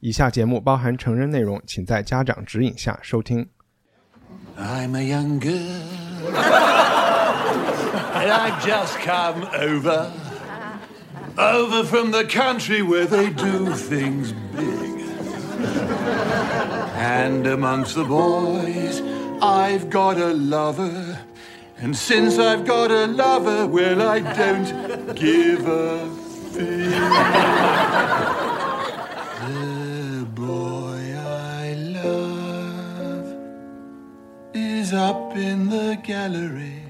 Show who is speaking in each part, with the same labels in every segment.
Speaker 1: 以下节目包含成人内容，请在家长指引下收听。
Speaker 2: I'm a young girl. and I've just come over. Over from the country where they do things big. And amongst the boys, I've got a lover. And since I've got a lover, well, I don't give a fig. The boy I love is up in the gallery.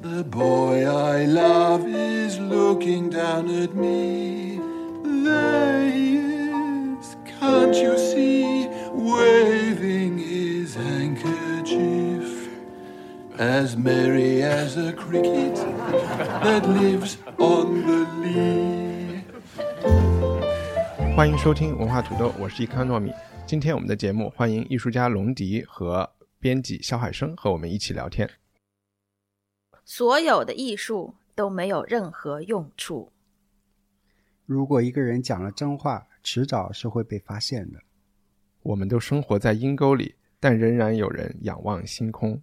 Speaker 2: The boy I love is looking down at me. There he is, can't you see? Waving his handkerchief. As merry as a cricket that lives on the lea.
Speaker 1: 欢迎收听文化土豆，我是一康糯米。今天我们的节目欢迎艺术家龙迪和编辑肖海生和我们一起聊天。
Speaker 3: 所有的艺术都没有任何用处。
Speaker 4: 如果一个人讲了真话，迟早是会被发现的。
Speaker 1: 我们都生活在阴沟里，但仍然有人仰望星空。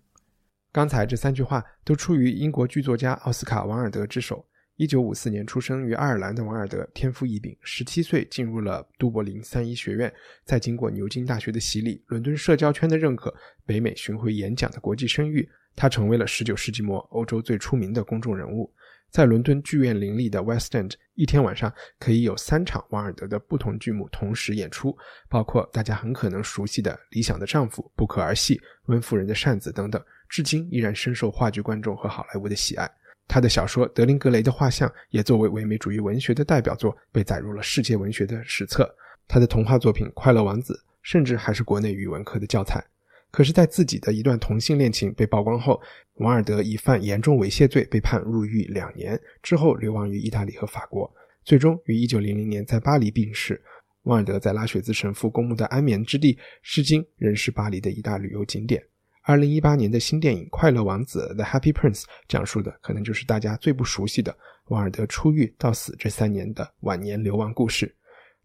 Speaker 1: 刚才这三句话都出于英国剧作家奥斯卡·王尔德之手。一九五四年出生于爱尔兰的王尔德天赋异禀，十七岁进入了都柏林三一学院，再经过牛津大学的洗礼、伦敦社交圈的认可、北美巡回演讲的国际声誉，他成为了十九世纪末欧洲最出名的公众人物。在伦敦剧院林立的 West End，一天晚上可以有三场王尔德的不同剧目同时演出，包括大家很可能熟悉的《理想的丈夫》《不可儿戏》《温夫人的扇子》等等，至今依然深受话剧观众和好莱坞的喜爱。他的小说《德林格雷的画像》也作为唯美主义文学的代表作被载入了世界文学的史册。他的童话作品《快乐王子》甚至还是国内语文课的教材。可是，在自己的一段同性恋情被曝光后，王尔德以犯严重猥亵罪被判入狱两年，之后流亡于意大利和法国，最终于1900年在巴黎病逝。王尔德在拉雪兹神父公墓的安眠之地，至今仍是巴黎的一大旅游景点。2018年的新电影《快乐王子》（The Happy Prince） 讲述的可能就是大家最不熟悉的王尔德出狱到死这三年的晚年流亡故事。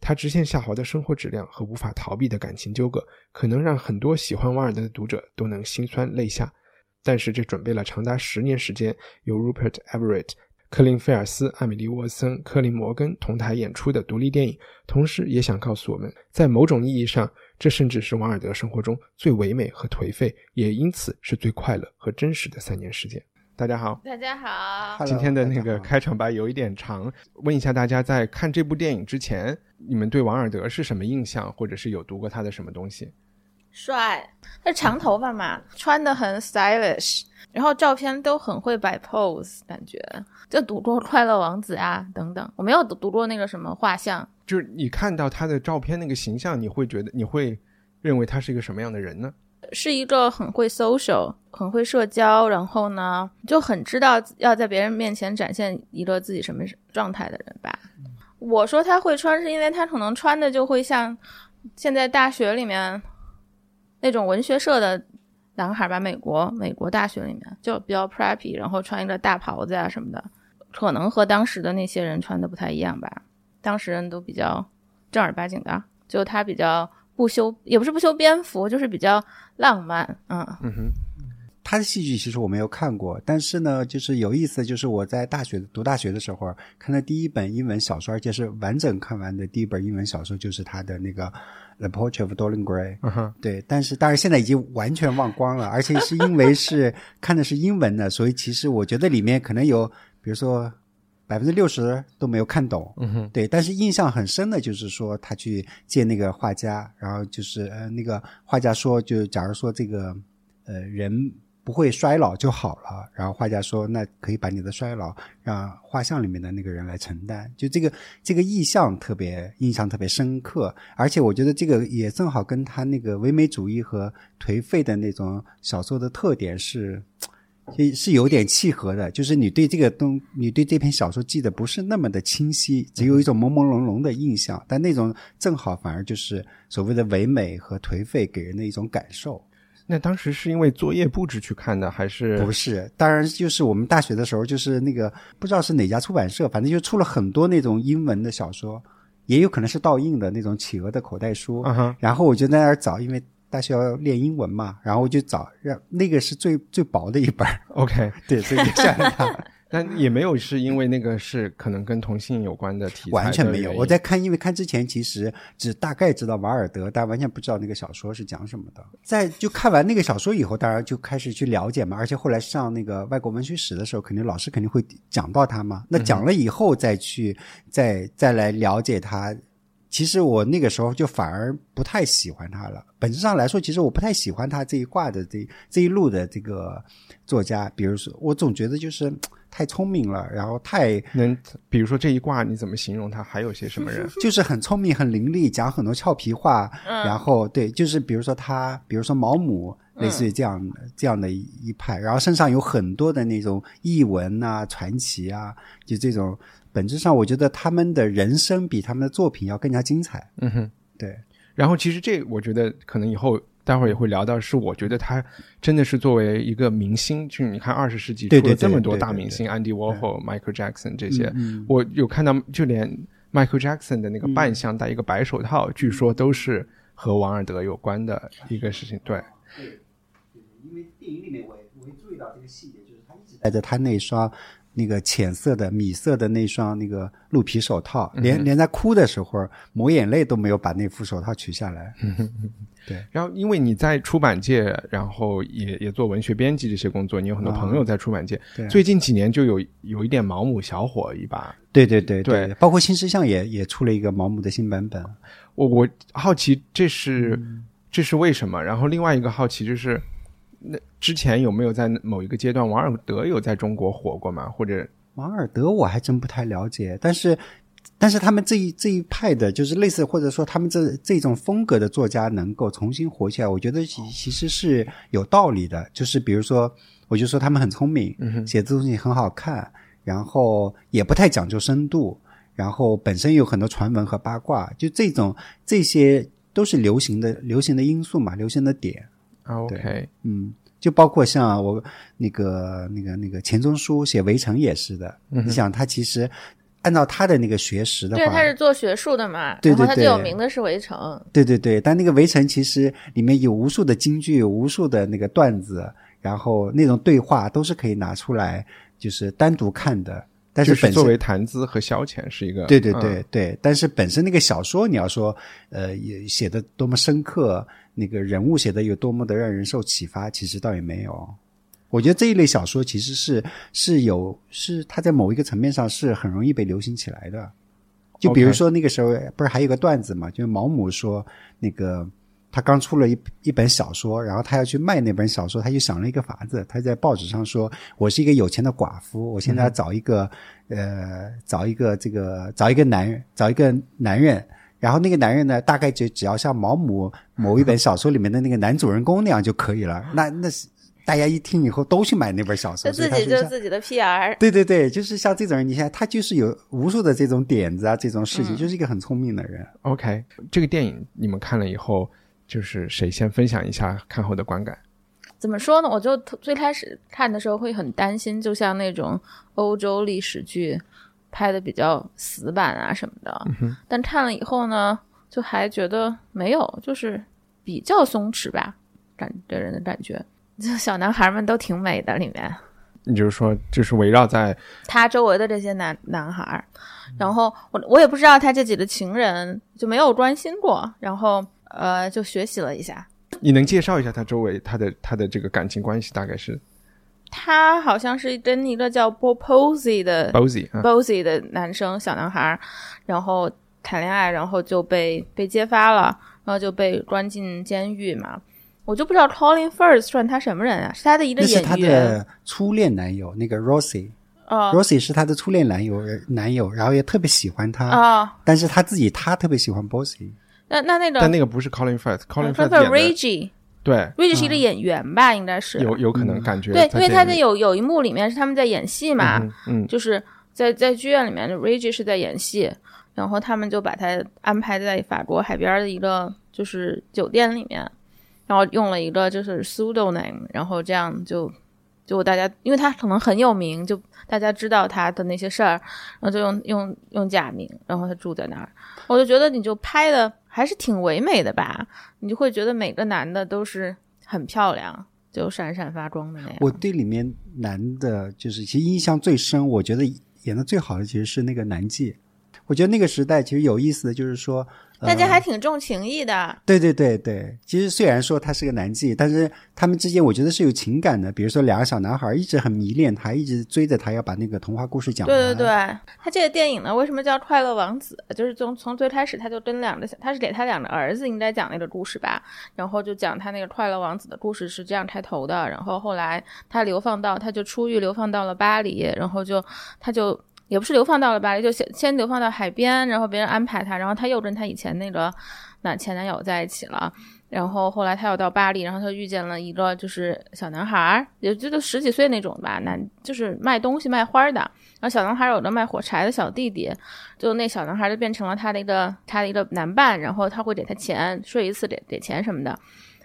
Speaker 1: 他直线下滑的生活质量和无法逃避的感情纠葛，可能让很多喜欢王尔德的读者都能心酸泪下。但是，这准备了长达十年时间，由 Rupert Everett、科林·菲尔斯、艾米丽·沃森、科林·摩根同台演出的独立电影，同时也想告诉我们，在某种意义上，这甚至是王尔德生活中最唯美和颓废，也因此是最快乐和真实的三年时间。大家好，
Speaker 3: 大家好，
Speaker 4: Hello，
Speaker 1: 今天的那
Speaker 4: 大
Speaker 1: 个
Speaker 4: 家好
Speaker 1: 开场白有一点长，问一下大家，在看这部电影之前，你们对王尔德是什么印象，或者是有读过他的什么东西？
Speaker 3: 帅。他是长头发嘛，穿的很 stylish，然后照片都很会摆 pose，感觉就读过《快乐王子》啊等等。我没有读读过那个什么画像，
Speaker 1: 就是你看到他的照片那个形象，你会觉得你会认为他是一个什么样的人呢？
Speaker 3: 是一个很会 social、很会社交，然后呢就很知道要在别人面前展现一个自己什么状态的人吧。我说他会穿，是因为他可能穿的就会像现在大学里面那种文学社的男孩吧，美国美国大学里面就比较 preppy，然后穿一个大袍子啊什么的，可能和当时的那些人穿的不太一样吧。当时人都比较正儿八经的，啊就他比较不修，也不是不修边幅，就是比较浪漫。嗯，
Speaker 1: 嗯哼，
Speaker 4: 他的戏剧其实我没有看过，但是呢，就是有意思，就是我在大学读大学的时候看的第一本英文小说，而且是完整看完的第一本英文小说，就是他的那个《The Portrait of Dorian Gray》。
Speaker 1: 嗯哼，
Speaker 4: 对，但是当然现在已经完全忘光了，而且是因为是看的是英文的，所以其实我觉得里面可能有，比如说百分之六十都没有看懂。
Speaker 1: 嗯哼，
Speaker 4: 对，但是印象很深的就是说他去见那个画家，然后就是呃那个画家说，就假如说这个呃人不会衰老就好了。然后画家说，那可以把你的衰老让画像里面的那个人来承担。就这个这个意象特别印象特别深刻，而且我觉得这个也正好跟他那个唯美主义和颓废的那种小说的特点是。是是有点契合的，就是你对这个东，你对这篇小说记得不是那么的清晰，只有一种朦朦胧胧的印象，但那种正好反而就是所谓的唯美和颓废给人的一种感受。
Speaker 1: 那当时是因为作业布置去看的，还是
Speaker 4: 不是，当然就是我们大学的时候，就是那个不知道是哪家出版社，反正就出了很多那种英文的小说，也有可能是盗印的那种企鹅的口袋书。
Speaker 1: 嗯哼
Speaker 4: 然后我就在那儿找，因为大学要练英文嘛，然后我就找，让那个是最最薄的一本儿，
Speaker 1: ？OK，
Speaker 4: 对，所以就下来看。
Speaker 1: 但也没有是因为那个是可能跟同性有关的题材的
Speaker 4: 完全没有。
Speaker 1: 原因
Speaker 4: 我在看，因为看之前其实只大概知道瓦尔德，但完全不知道那个小说是讲什么的。在就看完那个小说以后，当然就开始去了解嘛。而且后来上那个外国文学史的时候，肯定老师肯定会讲到他嘛。
Speaker 1: 嗯
Speaker 4: 那讲了以后再去、再再来了解他。其实我那个时候就反而不太喜欢他了。本质上来说，其实我不太喜欢他这一挂的这这一路的这个作家。比如说，我总觉得就是嗯太聪明了，然后太
Speaker 1: 能比如说这一卦你怎么形容它？还有些什么人？
Speaker 4: 就是很聪明、很伶俐，讲很多俏皮话，然后对，就是比如说他，比如说毛姆，类似于这样、这样的一一派，然后身上有很多的那种译文啊、传奇啊，就这种，本质上我觉得他们的人生比他们的作品要更加精彩。
Speaker 1: 嗯哼。
Speaker 4: 对，
Speaker 1: 然后其实这我觉得可能以后待会儿也会聊到，是我觉得他真的是作为一个明星，就是你看二十世纪
Speaker 4: 对
Speaker 1: 出
Speaker 4: 对
Speaker 1: 了这
Speaker 4: 对
Speaker 1: 么
Speaker 4: 对
Speaker 1: 多
Speaker 4: 对
Speaker 1: 大
Speaker 4: 对
Speaker 1: 明星，安迪沃霍、Michael Jackson 这些
Speaker 4: 嗯嗯，嗯
Speaker 1: 我有看到就连 Michael Jackson 的那个扮相戴一个白手套，据说都是和王尔德有关的一个事情。对，
Speaker 4: 因为电影里面我也我也注意到这个细节，就是他一直戴着他那双那个浅色的米色的那双那个鹿皮手套，连连在哭的时候抹眼泪都没有把那副手套取下来。
Speaker 1: 然后，因为你在出版界，然后也也做文学编辑这些工作，你有很多朋友在出版界。
Speaker 4: 啊对
Speaker 1: 最近几年就有有一点毛姆小火一把。
Speaker 4: 对对对
Speaker 1: 对
Speaker 4: 包括新事项也也出了一个毛姆的新版本。
Speaker 1: 我我好奇这是、
Speaker 4: 嗯
Speaker 1: 这是为什么？然后另外一个好奇就是，那之前有没有在某一个阶段，王尔德有在中国火过吗？或者
Speaker 4: 王尔德我还真不太了解，但是但是他们这一这一派的，就是类似或者说他们这这种风格的作家能够重新火起来，我觉得其其实是有道理的。就是比如说，我就说他们很聪明，写的东西很好看，然后也不太讲究深度，然后本身有很多传闻和八卦，就这种这些都是流行的流行的因素嘛，流行的点。
Speaker 1: 啊，OK，
Speaker 4: 嗯，就包括像我那个那个那个钱钟书写《围城》也是的，
Speaker 1: 嗯
Speaker 4: 你想他其实按照他的那个学识的
Speaker 3: 对，
Speaker 4: 话
Speaker 3: 他，是做学术的嘛，
Speaker 4: 对
Speaker 3: 然
Speaker 4: 对
Speaker 3: 后他最
Speaker 4: 对
Speaker 3: 有名的是《围城》，
Speaker 4: 对对对，但那个《围城》其实里面有无数的京剧，有无数的那个段子，然后那种对话都是可以拿出来，就是单独看的。但
Speaker 1: 就是
Speaker 4: 本身
Speaker 1: 作为谈资和消遣是一个
Speaker 4: 对对
Speaker 1: 嗯
Speaker 4: 对对，但是本身那个小说，你要说呃也写的多么深刻，那个人物写的有多么的让人受启发，其实倒也没有。我觉得这一类小说其实是是有是它在某一个层面上是很容易被流行起来的。就比如
Speaker 1: OK
Speaker 4: 说那个时候不是还有个段子嘛，就是毛姆说那个他刚出了一一本小说，然后他要去卖那本小说，他就想了一个法子，他在报纸上说：“我是一个有钱的寡妇，我现在要找一个、呃，找一个这个找一个男人，找一个男人。”然后那个男人呢，大概就只要像毛姆某一本小说里面的那个男主人公那样就可以 了。那那是大家一听以后都去买那本小
Speaker 3: 就
Speaker 4: 说，所
Speaker 3: 自
Speaker 4: 以他
Speaker 3: 己
Speaker 4: 说
Speaker 3: 就
Speaker 4: 像
Speaker 3: 自己的 PR。
Speaker 4: 对对对，就是像这种人，你看他就是有无数的这种点子啊，这种
Speaker 3: 嗯
Speaker 4: 事情，就是一个很聪明的人。
Speaker 1: 啊 OK，这个电影你们看了以后，就是谁先分享一下看后的观感？
Speaker 3: 怎么说呢？我就最开始看的时候会很担心，就像那种欧洲历史剧拍的比较死板啊什么的。
Speaker 4: 嗯
Speaker 3: 但看了以后呢，就还觉得没有，就是比较松弛吧，感给人的感觉。就小男孩们都挺美的，里面
Speaker 1: 你就是说，就是围绕在
Speaker 3: 他周围的这些男男孩儿，然后我我也不知道他这几个情人就没有关心过，然后呃就学习了一下，
Speaker 1: 你能介绍一下他周围他的他的这个感情关系大概是
Speaker 3: 他好像是跟一个叫 Bo Posey 的
Speaker 1: Bozy 啊
Speaker 3: Bozy 的男生小男孩儿，然后谈恋爱，然后就被被揭发了，然后就被关进监狱嘛。我我就不知道 Colin Firth 算他什么人啊？是他的一个
Speaker 4: 那是
Speaker 3: 演
Speaker 4: 她
Speaker 3: 员
Speaker 4: 的初恋男友，那个 Rosie。
Speaker 3: 啊
Speaker 4: Rosie 是她的初恋男友，呃男友，然后也特别喜欢她，
Speaker 3: 啊，
Speaker 4: 但是她自己她特别喜欢 Bossy，
Speaker 3: 那那那个
Speaker 1: 但那个不是 Colin Firth，Colin
Speaker 3: Colin
Speaker 1: Firth 演的
Speaker 3: Reggie
Speaker 1: 对，
Speaker 3: Reggie 是一个演员吧？应该是
Speaker 1: 有有可能感觉
Speaker 3: 对，因为他
Speaker 1: 他
Speaker 3: 那有有一幕里面是他们在演戏嘛，
Speaker 1: 嗯嗯
Speaker 3: 就是在在剧院里面，Reggie 是在演戏，然后他们就把他安排在法国海边的一个就是酒店里面，然后用了一个就是 pseudonym，然后这样就就大家，因为他可能很有名，就大家知道他的那些事儿，然后就用用用假名，然后他住在那儿，我就觉得你就拍的还是挺唯美的吧，你就会觉得每个男的都是很漂亮。就闪闪发光的那样。
Speaker 4: 我对里面男的，就是其实印象最深，我觉得演的最好的其实是那个南纪，我觉得那个时代其实有意思的就是说，呃
Speaker 3: 大家还挺重情义的。
Speaker 4: 对对对对，其实虽然说他是个男妓，但是他们之间我觉得是有情感的。比如说两个小男孩一直很迷恋他，一直追着他要把那个童话故事讲完。
Speaker 3: 对对对，他这个电影呢，为什么叫《快乐王子》？就是从从最开始他就跟两个小，他是给他两个儿子应该讲那个故事吧，然后就讲他那个快乐王子的故事是这样开头的。然后后来他流放到，他就出狱流放到了巴黎，然后就他就也不是流放到了巴黎，就先先流放到海边，然后别人安排他，然后他又跟他以前那个那前男友在一起了。然后后来他又到巴黎，然后他遇见了一个就是小男孩儿，也就就十几岁那种吧，男就是卖东西卖花儿的。然后小男孩有个卖火柴的小弟弟，就那小男孩就变成了他的一个他的一个男伴，然后他会给他钱，睡一次给给钱什么的。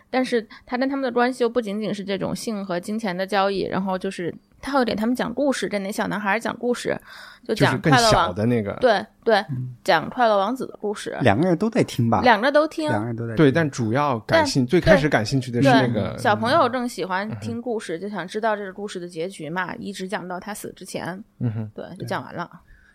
Speaker 3: 但是他跟他们的关系又不仅仅是这种性和金钱的交易，然后就是他会给他们讲故事，给那小男孩讲故事，就
Speaker 1: 就
Speaker 3: 讲
Speaker 1: 是更
Speaker 3: 快乐
Speaker 1: 小
Speaker 3: 王，
Speaker 1: 的嗯那个，
Speaker 3: 对对，讲快乐王子的故事，
Speaker 4: 两个人都在听吧，
Speaker 3: 两个都听，
Speaker 4: 两个人都在听
Speaker 1: 对，但主要感兴最开始感兴趣的是那
Speaker 3: 对，
Speaker 1: 个
Speaker 3: 小朋友更喜欢听故事，就想知道这个故事的结局嘛，一直讲到他死之前，
Speaker 1: 嗯哼，
Speaker 3: 对，就讲完了。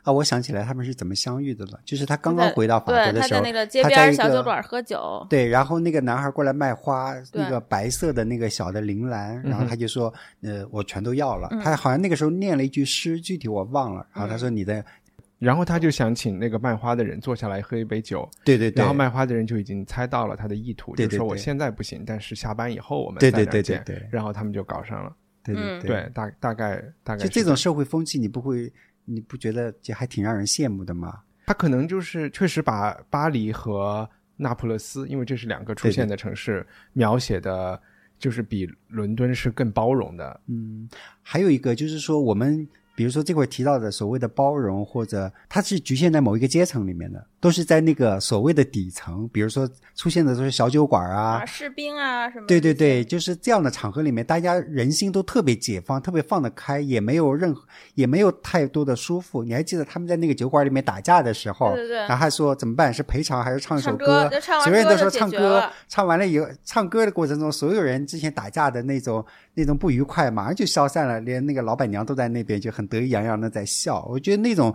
Speaker 4: 啊，我想起来他们是怎么相遇的了，就是他刚
Speaker 3: 在
Speaker 4: 刚回到法国
Speaker 3: 对，
Speaker 4: 的时候，
Speaker 3: 他在那个街
Speaker 4: 他在
Speaker 3: 边
Speaker 4: 一
Speaker 3: 小
Speaker 4: 个
Speaker 3: 酒馆喝酒，
Speaker 4: 对，然后那个男孩过来卖花，
Speaker 3: 对
Speaker 4: 那个白色的那个小的铃兰，
Speaker 1: 嗯
Speaker 4: 然后他就说：“呃，我全都要了。
Speaker 3: 嗯
Speaker 4: 他好像那个时候念了一句诗，具体我忘了。然后他说：“你的、
Speaker 1: 然后他就想请那个卖花的人坐下来喝一杯酒，
Speaker 4: 对对对，
Speaker 1: 然后卖花的人就已经猜到了他的意图，
Speaker 4: 对
Speaker 1: 就是说
Speaker 4: 对对
Speaker 1: 我现在不行，但是下班以后我们
Speaker 4: 对
Speaker 1: 再
Speaker 4: 对
Speaker 1: 聊
Speaker 4: 对
Speaker 1: 见
Speaker 4: 对对
Speaker 1: 然后他们就搞上了，
Speaker 4: 对对
Speaker 3: 嗯
Speaker 4: 对，
Speaker 1: 对，大大概大概
Speaker 4: 就是这种社会风气，你不会，你不觉得就还挺让人羡慕的吗？
Speaker 1: 他可能就是确实把巴黎和那不勒斯，因为这是两个出现的城市，描写的就是比伦敦是更包容的。
Speaker 4: 嗯还有一个就是说，我们比如说这会儿提到的所谓的包容，或者它是局限在某一个阶层里面的，都是在那个所谓的底层，比如说出现的都是小酒馆啊
Speaker 3: 啊，士兵啊什么，
Speaker 4: 对对，对，就是这样的场合里面，大家人心都特别解放，特别放得开，也没有任何，也没有太多的束缚。你还记得他们在那个酒馆里面打架的时候，
Speaker 3: 对对对
Speaker 4: 然后还说怎么办？是赔偿还是唱一首
Speaker 3: 唱歌就唱完
Speaker 4: 所有人
Speaker 3: 歌
Speaker 4: 都
Speaker 3: 就
Speaker 4: 说
Speaker 3: 解
Speaker 4: 唱
Speaker 3: 决
Speaker 4: 歌
Speaker 3: 了，
Speaker 4: 唱完了以后，唱歌的过程中，所有人之前打架的那种那种不愉快，马上就消散了，连那个老板娘都在那边就很得意洋洋的在笑。我觉得那种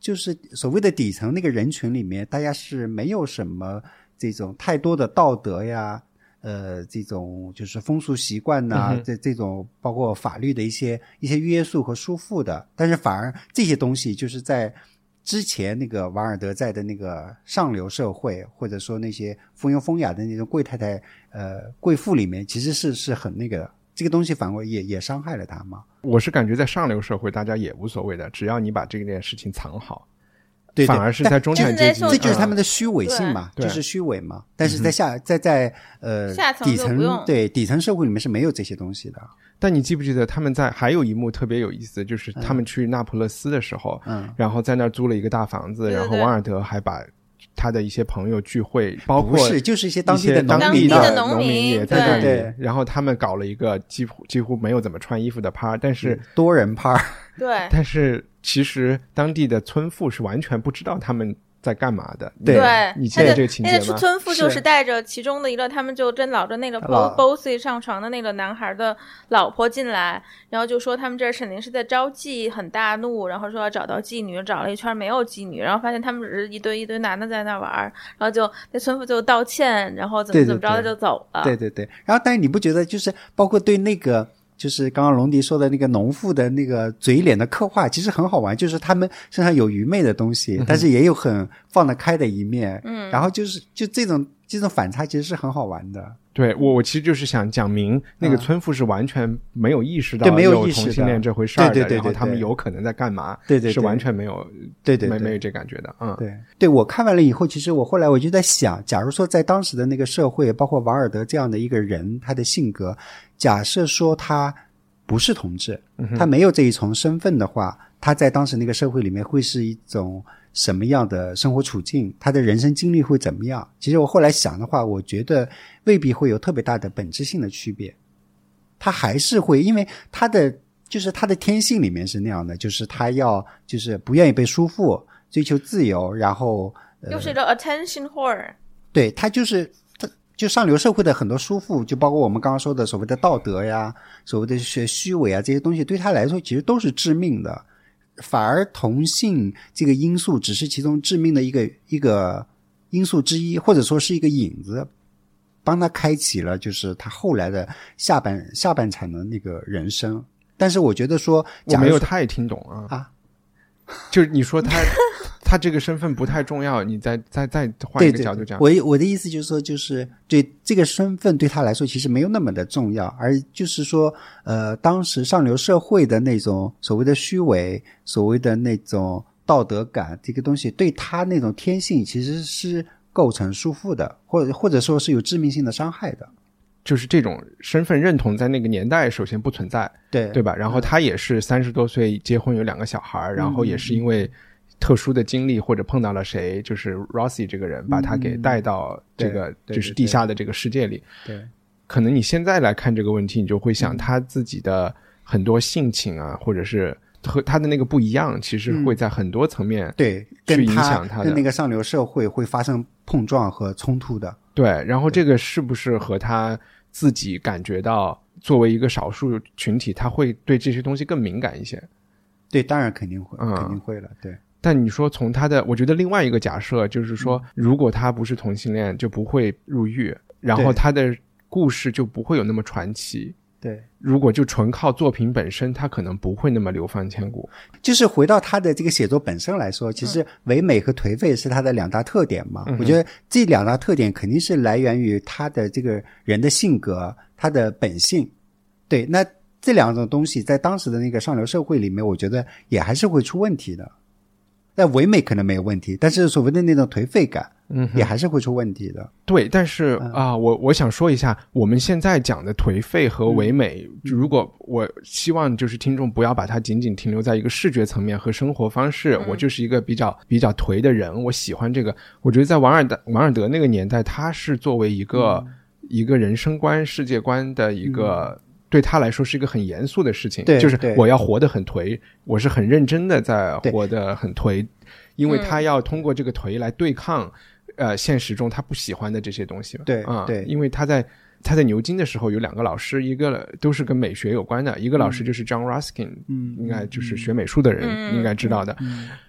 Speaker 4: 就是所谓的底层那个人群里面，大家是没有什么这种太多的道德呀，呃，这种就是风俗习惯呐、
Speaker 1: 嗯哼
Speaker 4: 这这种包括法律的一些一些约束和束缚的，但是反而这些东西就是在之前那个瓦尔德在的那个上流社会，或者说那些风庸风雅的那种贵太太、呃贵妇里面，其实是是很那个的。这个东西反过来也也伤害了他嘛？
Speaker 1: 我是感觉在上流社会，大家也无所谓的，只要你把这件事情藏好，
Speaker 4: 对对
Speaker 1: 反而是在中产阶级，
Speaker 3: 但
Speaker 4: 这就是他们
Speaker 1: 的。
Speaker 4: 的虚伪性嘛，
Speaker 1: 对嗯
Speaker 4: 就是虚伪嘛。但是在下在在呃
Speaker 3: 下层
Speaker 4: 底
Speaker 3: 就不用
Speaker 4: 层对底层社会里面是没有这些东西的。
Speaker 1: 但你记不记得他们在还有一幕特别有意思，就是他们去那不勒斯的时候，
Speaker 4: 嗯，
Speaker 1: 然后在那儿租了一个大房子，
Speaker 3: 对对
Speaker 1: 然后
Speaker 3: 对
Speaker 1: 王尔德还把他的一些朋友聚会，包括
Speaker 4: 不是，就是一些当
Speaker 1: 一
Speaker 4: 地
Speaker 1: 些
Speaker 4: 的农
Speaker 1: 当
Speaker 4: 民
Speaker 1: 地
Speaker 3: 的
Speaker 4: 的
Speaker 3: 农
Speaker 1: 农
Speaker 3: 民
Speaker 1: 也在那里，
Speaker 4: 对对
Speaker 1: 然后他们搞了一个几乎几乎没有怎么穿衣服的趴，但是、
Speaker 4: 嗯多人派儿。
Speaker 3: 对
Speaker 1: 但是其实当地的村妇是完全不知道他们在干嘛的。
Speaker 4: 对
Speaker 1: 你
Speaker 3: 对，
Speaker 1: 记
Speaker 3: 他
Speaker 1: 得
Speaker 3: 的
Speaker 1: 这个情
Speaker 3: 那
Speaker 1: 节
Speaker 3: 个
Speaker 1: 吗？
Speaker 3: 村妇就是是带着其中的一个，他们就跟老着那个 Bo
Speaker 4: 老
Speaker 3: Bossy 上床的那个男孩的老婆进来，然后就说他们这儿肯定是在招妓，很大怒，然后说要找到妓女，找了一圈没有妓女，然后发现他们只是一堆一堆男的在那玩儿，然后就那村妇就道歉，然后怎
Speaker 4: 对
Speaker 3: 么
Speaker 4: 对
Speaker 3: 怎么着
Speaker 4: 对
Speaker 3: 他就走了，
Speaker 4: 对对对，然后但是你不觉得就是包括对那个就是刚刚龙迪说的那个农妇的那个嘴脸的刻画，其实很好玩，就是他们身上有愚昧的东西，但是也有很放得开的一面。嗯，然后就是就这种这种反差其实是很好玩的。
Speaker 1: 对我，我其实就是想讲明，那个村妇是完全没有意识到
Speaker 4: 对没有
Speaker 1: 有
Speaker 4: 意识
Speaker 1: 同性
Speaker 4: 的
Speaker 1: 恋这回事儿的，
Speaker 4: 对对对
Speaker 1: 然后
Speaker 4: 对
Speaker 1: 他们
Speaker 4: 对
Speaker 1: 有可能在干嘛，
Speaker 4: 对对
Speaker 1: 是
Speaker 4: 对
Speaker 1: 完全没有，
Speaker 4: 对对
Speaker 1: 没
Speaker 4: 对
Speaker 1: 没有这感觉的，嗯，
Speaker 4: 对，对我看完了以后，其实我后来我就在想，假如说在当时的那个社会，包括瓦尔德这样的一个人，他的性格，假设说他不是同志，他没有这一重身份的话，他在当时那个社会里面会是一种什么样的生活处境？他的人生经历会怎么样？其实我后来想的话，我觉得未必会有特别大的本质性的区别。他还是会，因为他的就是他的天性里面是那样的，就是他要就是不愿意被束缚，追求自由，然后
Speaker 3: 又是一个 attention whore。
Speaker 4: 对他就是他就上流社会的很多束缚，就包括我们刚刚说的所谓的道德呀、所谓的虚虚伪啊这些东西，对他来说其实都是致命的。反而同性这个因素只是其中致命的一个一个因素之一，或者说是一个引子，帮他开启了就是他后来的下半下半场的那个人生。但是我觉得说，
Speaker 1: 我
Speaker 4: 假
Speaker 1: 没
Speaker 4: 如
Speaker 1: 有
Speaker 4: 说
Speaker 1: 太听懂啊，
Speaker 4: 啊，
Speaker 1: 就是你说他 他这个身份不太重要，你再再再换
Speaker 4: 对
Speaker 1: 一
Speaker 4: 对
Speaker 1: 个
Speaker 4: 对，
Speaker 1: 角度讲，
Speaker 4: 我我的意思就是说，就是对这个身份对他来说其实没有那么的重要，而就是说，呃，当时上流社会的那种所谓的虚伪，所谓的那种道德感，这个东西对他那种天性其实是构成束缚的，或者或者说是有致命性的伤害的。
Speaker 1: 就是这种身份认同在那个年代首先不存在，
Speaker 4: 对
Speaker 1: 对吧？然后他也是三十多岁结婚有两个小孩
Speaker 4: 嗯
Speaker 1: 儿，然后也是因为特殊的经历或者碰到了谁，就是 Rossi 这个人把他给带到这个
Speaker 4: 嗯对对
Speaker 1: 就是
Speaker 4: 对
Speaker 1: 地
Speaker 4: 对
Speaker 1: 下的这个世界里。
Speaker 4: 对
Speaker 1: 可能你现在来看这个问题，你就会
Speaker 4: 嗯
Speaker 1: 想他自己的很多性情啊，或者是和他的那个不一样，其实
Speaker 4: 嗯
Speaker 1: 会在很多层面
Speaker 4: 对，
Speaker 1: 去
Speaker 4: 跟
Speaker 1: 影响他
Speaker 4: 他
Speaker 1: 的
Speaker 4: 跟那个上流社会会发生碰撞和冲突的。
Speaker 1: 对，然后这个是不是和他自己感觉到作为一个少数群体，他会对这些东西更敏感一些？
Speaker 4: 对，当然肯定会，
Speaker 1: 嗯
Speaker 4: 肯定会了。对，
Speaker 1: 但你说从他的，我觉得另外一个假设就是说，如果他不是同性恋，就不会入狱，然后
Speaker 4: 对
Speaker 1: 他的故事就不会有那么传奇。
Speaker 4: 对。
Speaker 1: 如果就纯靠作品本身，他可能不会那么流芳千古。
Speaker 4: 就是回到他的这个写作本身来说，其实唯美和颓废是他的两大特点嘛。
Speaker 1: 嗯
Speaker 4: 我觉得这两大特点肯定是来源于他的这个人的性格，他的本性。对，那这两种东西在当时的那个上流社会里面，我觉得也还是会出问题的。那唯美可能没有问题，但是所谓的那种颓废感，嗯，也还是会出问题的。
Speaker 1: 对，但是
Speaker 4: 嗯
Speaker 1: 啊、我我想说一下，我们现在讲的颓废和
Speaker 4: 嗯
Speaker 1: 唯美，如果我希望就是听众不要把它仅仅停留在一个视觉层面和生活方式，
Speaker 4: 嗯
Speaker 1: 我就是一个比较比较颓的人，我喜欢这个。我觉得在王尔德王尔德那个年代，他是作为一个、
Speaker 4: 嗯
Speaker 1: 一个人生观、世界观的一个。对他来说是一个很严肃的事情，
Speaker 4: 对
Speaker 1: 就是
Speaker 4: 对
Speaker 1: 我要活得很颓，我是很认真的在
Speaker 4: 对
Speaker 1: 活得很颓，因为
Speaker 4: 嗯
Speaker 1: 他要通过这个颓来对抗，呃，现实中他不喜欢的这些东西。
Speaker 4: 对
Speaker 1: 啊、
Speaker 4: 对
Speaker 1: 因为他在他在牛津的时候有两个老师，一个都是跟美学有关的，一个老师就是 John Ruskin，
Speaker 4: 嗯嗯
Speaker 1: 应该就是学美术的人、
Speaker 3: 嗯
Speaker 1: 应该知道的，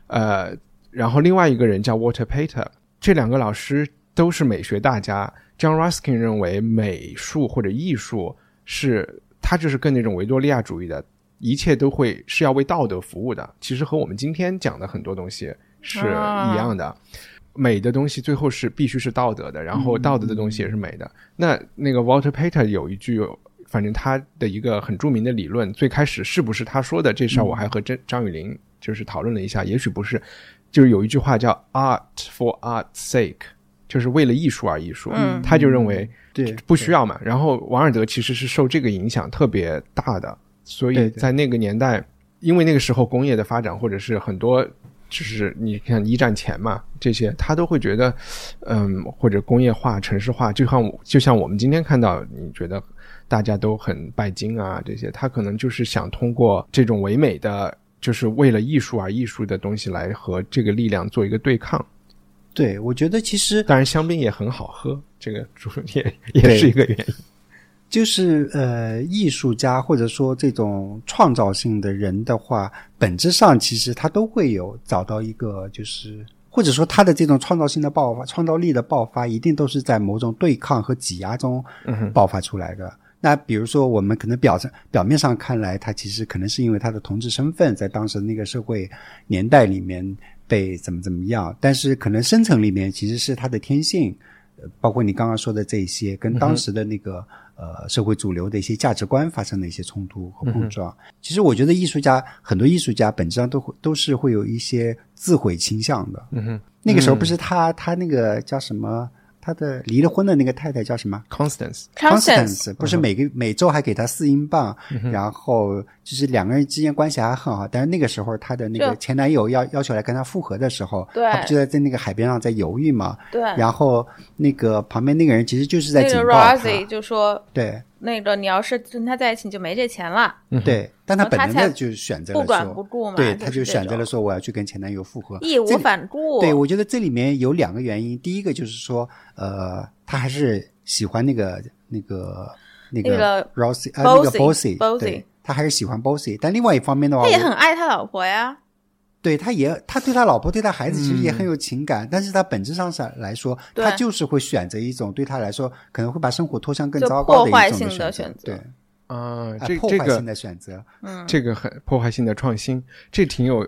Speaker 1: 呃，然后另外一个人叫 Walter Pater，这两个老师都是美学大家。John Ruskin 认为美术或者艺术是他就是更那种维多利亚主义的，一切都会是要为道德服务的。其实和我们今天讲的很多东西是一样的。美的东西最后是必须是道德的，然后道德的东西也是美的。那那个 Walter Pater 有一句，反正他的一个很著名的理论，最开始是不是他说的这事儿，我还和张张雨林就是讨论了一下，也许不是，就是有一句话叫 “art for art's sake”，就是为了艺术而艺术。
Speaker 3: 嗯
Speaker 1: 他就认为
Speaker 4: 对
Speaker 1: 不需要嘛。然后王尔德其实是受这个影响特别大的，所以
Speaker 4: 对对
Speaker 1: 在那个年代，因为那个时候工业的发展，或者是很多。就是你看一战前嘛，这些他都会觉得，嗯，或者工业化、城市化，就像我就像我们今天看到，你觉得大家都很拜金啊，这些他可能就是想通过这种唯美的，就是为了艺术而艺术的东西来和这个力量做一个对抗。
Speaker 4: 对，我觉得其实
Speaker 1: 当然，香槟也很好喝，这个主 也也是一个原因。
Speaker 4: 就是呃，艺术家或者说这种创造性的人的话，本质上其实他都会有找到一个，就是或者说他的这种创造性的爆发、创造力的爆发，一定都是在某种对抗和挤压中爆发出来的。那比如说，我们可能表上表面上看来，他其实可能是因为他的同志身份，在当时那个社会年代里面被怎么怎么样，但是可能深层里面其实是他的天性，呃包括你刚刚说的这一些，跟
Speaker 1: 嗯
Speaker 4: 当
Speaker 1: 哼
Speaker 4: 时的那个、呃社会主流的一些价值观发生的一些冲突和
Speaker 1: 嗯
Speaker 4: 碰撞。其实我觉得艺术家很多艺术家本质上都会都是会有一些自毁倾向的。
Speaker 1: 嗯哼
Speaker 4: 那个时候不是他、他那个叫什么，他的离了婚的那个太太叫什么？
Speaker 1: ，Constance，
Speaker 3: Constance，嗯
Speaker 4: 不是每个每周还给他四英镑，然后就是两个人之间关系还很好，但是那个时候她的那个
Speaker 3: 就
Speaker 4: 前男友要要求来跟她复合的时候，
Speaker 3: 对
Speaker 4: 她不就在在那个海边上在犹豫嘛？
Speaker 3: 对，
Speaker 4: 然后那个旁边那个人其实就是在
Speaker 3: 那
Speaker 4: 警
Speaker 3: 个
Speaker 4: 告她，
Speaker 3: Rosie 嗯就说，
Speaker 4: 对
Speaker 3: 那个你要是跟他在一起，你就没这钱了，
Speaker 4: 对，但她
Speaker 3: 然后
Speaker 4: 本
Speaker 3: 她
Speaker 4: 能
Speaker 3: 才
Speaker 4: 的就选择了
Speaker 3: 不管
Speaker 4: 说
Speaker 3: 不顾嘛，
Speaker 4: 对，
Speaker 3: 就
Speaker 4: 她
Speaker 3: 是
Speaker 4: 就
Speaker 3: 这
Speaker 4: 选择
Speaker 3: 种
Speaker 4: 了说我要去跟前男友复合，
Speaker 3: 义无
Speaker 4: 这里
Speaker 3: 反顾。
Speaker 4: 对，我觉得这里面有两个原因，第一个就是说，呃，她还是喜欢那个那个那
Speaker 3: 那
Speaker 4: 个
Speaker 3: 个
Speaker 4: Rosie 啊、呃，那个
Speaker 3: Bossy-
Speaker 4: Bossy，
Speaker 3: Bossy
Speaker 4: 对，她还是喜欢 Bossy，但另外一方面的话，
Speaker 3: 他也
Speaker 4: 哦我
Speaker 3: 很爱他老婆呀，
Speaker 4: 对，他也他对他老婆对他孩子其实也
Speaker 1: 嗯
Speaker 4: 很有情感，但是他本质上上来说，
Speaker 3: 对
Speaker 4: 他就是会选择一种对他来说可能会把生活拖向更
Speaker 3: 就
Speaker 4: 糟糕
Speaker 3: 破坏
Speaker 4: 一种
Speaker 3: 性的
Speaker 4: 的
Speaker 3: 选
Speaker 4: 选
Speaker 3: 择
Speaker 4: 择，
Speaker 1: 啊，
Speaker 4: 对，
Speaker 1: 这
Speaker 4: 啊破
Speaker 1: 这
Speaker 4: 坏
Speaker 1: 个
Speaker 4: 性的选择，
Speaker 3: 嗯，
Speaker 1: 这个很破坏性的创新，这挺有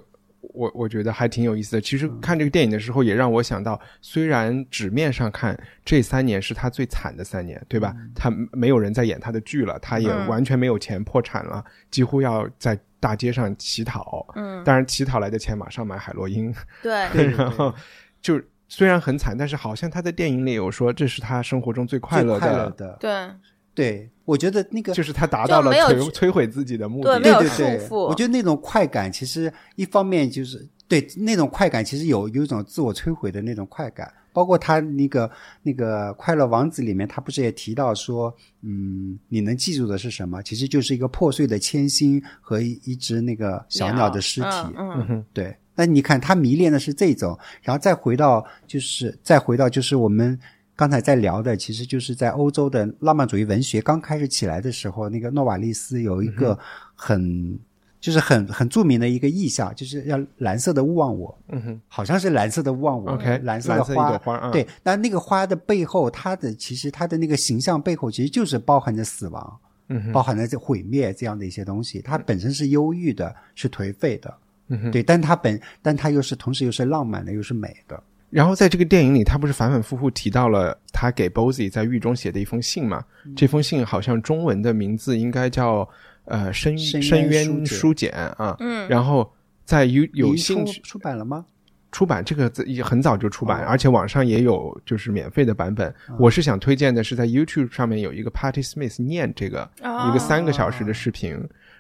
Speaker 1: 我我觉得还挺有意思的。其实看这个电影的时候，也让我想到，虽然纸面上看这三年是他最惨的三年，对吧？他没有人在演他的剧了，他也
Speaker 3: 嗯
Speaker 1: 完全没有钱，破产了，几乎要在大街上乞讨。
Speaker 3: 嗯，
Speaker 1: 当然，乞讨来的钱马上买海洛因，
Speaker 3: 对，
Speaker 4: 对对
Speaker 1: 然后就虽然很惨，但是好像他在电影里有说这是他生活中最快
Speaker 4: 最
Speaker 1: 乐
Speaker 4: 快乐
Speaker 1: 的，
Speaker 4: 的，
Speaker 3: 对，
Speaker 4: 对，我觉得那个
Speaker 1: 就是他达到
Speaker 3: 就
Speaker 1: 了
Speaker 3: 没有
Speaker 1: 摧摧毁自己的目的。
Speaker 3: 对没
Speaker 4: 对
Speaker 3: 有
Speaker 4: 对
Speaker 3: 束
Speaker 4: 对，
Speaker 3: 缚
Speaker 4: 我觉得那种快感其实一方面就是对那种快感，其实有有一种自我摧毁的那种快感。包括他那个那个《快乐王子》里面，他不是也提到说，嗯，你能记住的是什么？其实就是一个破碎的铅心和一一只那个小鸟的尸体。
Speaker 3: 嗯嗯，
Speaker 4: 对，那你看他迷恋的是这种，然后再回到就是再回到就是我们刚才在聊的，其实就是在欧洲的浪漫主义文学刚开始起来的时候，那个诺瓦利斯有
Speaker 1: 嗯
Speaker 4: 一个很、就是很很著名的一个意象，就是要蓝色的勿忘我，
Speaker 1: 嗯哼。
Speaker 4: 好像是蓝色的勿忘我
Speaker 1: OK，
Speaker 4: 蓝色
Speaker 1: 蓝
Speaker 4: 的
Speaker 1: 色一
Speaker 4: 呃花，
Speaker 1: 朵花啊
Speaker 4: 对，那那个花的背后，它的其实它的那个形象背后，其实就是包含着死亡，
Speaker 1: 嗯哼
Speaker 4: 包含着这毁灭这样的一些东西。它本身是忧郁的，是颓废的，
Speaker 1: 嗯哼
Speaker 4: 对，但它本但它又是同时又是浪漫的，又是美的，
Speaker 1: 然后在这个电影里，他不是反反复复提到了他给 Bozy 在狱中写的一封信嘛？
Speaker 4: 嗯
Speaker 1: 这封信好像中文的名字应该叫呃深
Speaker 4: 深
Speaker 1: 深
Speaker 4: 渊
Speaker 1: 渊
Speaker 4: 书
Speaker 1: 书简啊。
Speaker 3: 嗯
Speaker 1: 然后在有有
Speaker 4: 你
Speaker 1: 兴
Speaker 4: 出
Speaker 1: 趣
Speaker 4: 出版了吗？
Speaker 1: 出版这个字也很早就出版，
Speaker 4: 哦
Speaker 1: 而且网上也有就是免费的版本。我是想推荐的是在 YouTube 上面有一个 Patty Smith 念这个、
Speaker 3: 哦
Speaker 1: 一个三个小时的视频，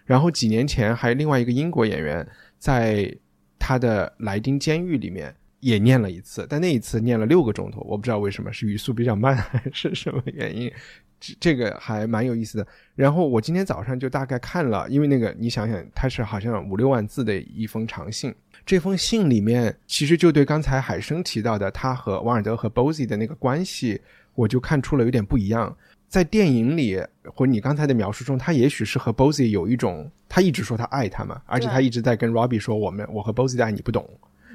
Speaker 1: 然后几年前还有另外一个英国演员在他的莱丁监狱里面。也念了一次，但那一次念了六个钟头，我不知道为什么是语速比较慢 还是什么原因，这这个还蛮有意思的。然后我今天早上就大概看了，因为那个你想想，它是好像五六万字的一封长信，这封信里面，其实就对刚才海生提到的他和王尔德和 Bozy 的那个关系，我就看出了有点不一样。在电影里，或者你刚才的描述中，他也许是和 Bozy 有一种，他一直说他爱他嘛，而且
Speaker 3: 对
Speaker 1: 他一直在跟 Robbie 说我们我和 Bozy 的爱你不懂，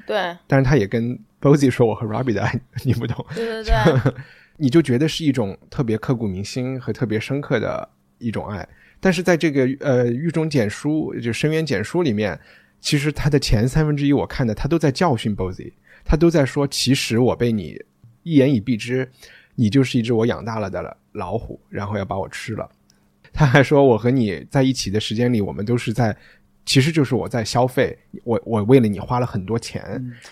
Speaker 3: 对，
Speaker 1: 但是他也跟 Bozy 说我和 Robbie 的爱你不懂，
Speaker 3: 对对对，
Speaker 1: 你就觉得是一种特别刻骨铭心和特别深刻的一种爱。但是在这个呃《狱中简书》就《深渊简书》里面，其实他的前三分之一我看的，他都在教训 Bozy，他都在说，其实我被你一言以蔽之，你就是一只我养大了的老虎，然后要把我吃了。他还说，我和你在一起的时间里，我们都是在。其实就是我在消费，我我为了你花了很多钱，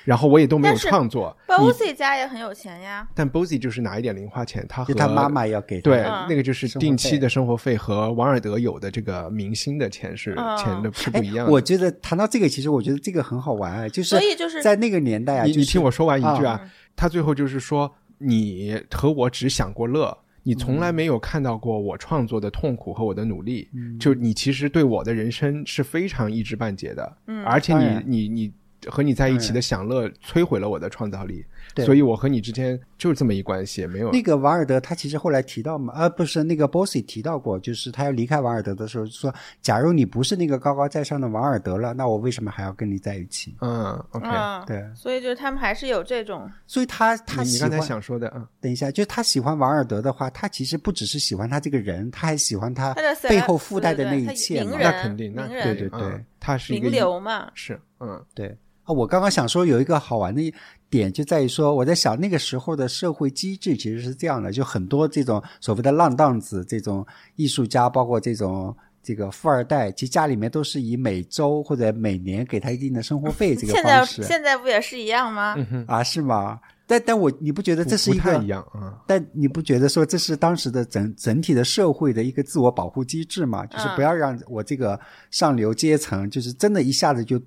Speaker 1: 然后我也都没有
Speaker 3: 嗯但是
Speaker 1: 创作。你
Speaker 3: Bossy 家也很有钱呀，
Speaker 1: 但 Bozy 就是拿一点零花钱，他和
Speaker 4: 就他妈妈要给他
Speaker 1: 对、
Speaker 3: 嗯
Speaker 1: 那个就是
Speaker 4: 生活
Speaker 1: 定
Speaker 4: 费
Speaker 1: 期的生活费和王尔德有的这个明星的钱是、
Speaker 3: 嗯
Speaker 1: 钱的是不
Speaker 4: 哎
Speaker 1: 一样，的。
Speaker 4: 我觉得谈到这个，其实我觉得这个很好玩啊，就是
Speaker 3: 所以就是
Speaker 4: 在那个年代啊，
Speaker 1: 你
Speaker 4: 就是
Speaker 1: 你听我说完一句啊，
Speaker 3: 嗯
Speaker 1: 他最后就是说你和我只想过乐。你从
Speaker 4: 嗯
Speaker 1: 来没有看到过我创作的痛苦和我的努力，
Speaker 4: 嗯
Speaker 1: 就你其实对我的人生是非常一知半解的，
Speaker 3: 嗯
Speaker 1: 而且
Speaker 4: 当然
Speaker 1: 你你你和你在一起
Speaker 4: 当
Speaker 1: 的享乐摧毁了我的创造力，
Speaker 4: 对
Speaker 1: 所以我和你之间就是这么一关系，没有
Speaker 4: 那个瓦尔德，他其实后来提到嘛，呃，不是那个 Bossy 提到过，就是他要离开瓦尔德的时候，说假如你不是那个高高在上的瓦尔德了，那我为什么还要跟你在一起？
Speaker 1: 嗯，OK，
Speaker 3: 嗯，
Speaker 4: 对，
Speaker 3: 所以就是他们还是有这种，
Speaker 4: 所以他他
Speaker 1: 你你
Speaker 4: 喜
Speaker 1: 刚
Speaker 4: 欢
Speaker 1: 才想说的啊，嗯
Speaker 4: 等一下，就是他喜欢瓦尔德的话，他其实不只是喜欢他这个人，他还喜欢他
Speaker 3: 他的 celeb-
Speaker 4: 背后附带
Speaker 3: 对
Speaker 4: 的那
Speaker 3: 对对
Speaker 4: 一切
Speaker 3: 他
Speaker 4: 嘛。
Speaker 3: 名
Speaker 1: 那
Speaker 3: 人
Speaker 1: 肯定，那
Speaker 3: 名
Speaker 1: 肯
Speaker 4: 人
Speaker 1: 定
Speaker 4: 对对对
Speaker 1: 嗯他是一个
Speaker 3: 名流嘛
Speaker 1: 是嗯，
Speaker 4: 对，啊我刚刚想说有一个好玩的点，就在于说我在想那个时候的社会机制其实是这样的，就很多这种所谓的浪荡子、这种艺术家，包括这种这个富二代，其实家里面都是以每周或者每年给他一定的生活费这个
Speaker 3: 现在
Speaker 4: 方式
Speaker 3: 现在不也是一样吗？
Speaker 1: 嗯哼，
Speaker 4: 啊，是吗？但但我你不觉得这是
Speaker 1: 不
Speaker 4: 一
Speaker 1: 不太
Speaker 4: 个
Speaker 1: 一样啊。
Speaker 4: 但你不觉得说这是当时的整整体的社会的一个自我保护机制吗？就是不要让我这个上流阶层，就是真的一下子就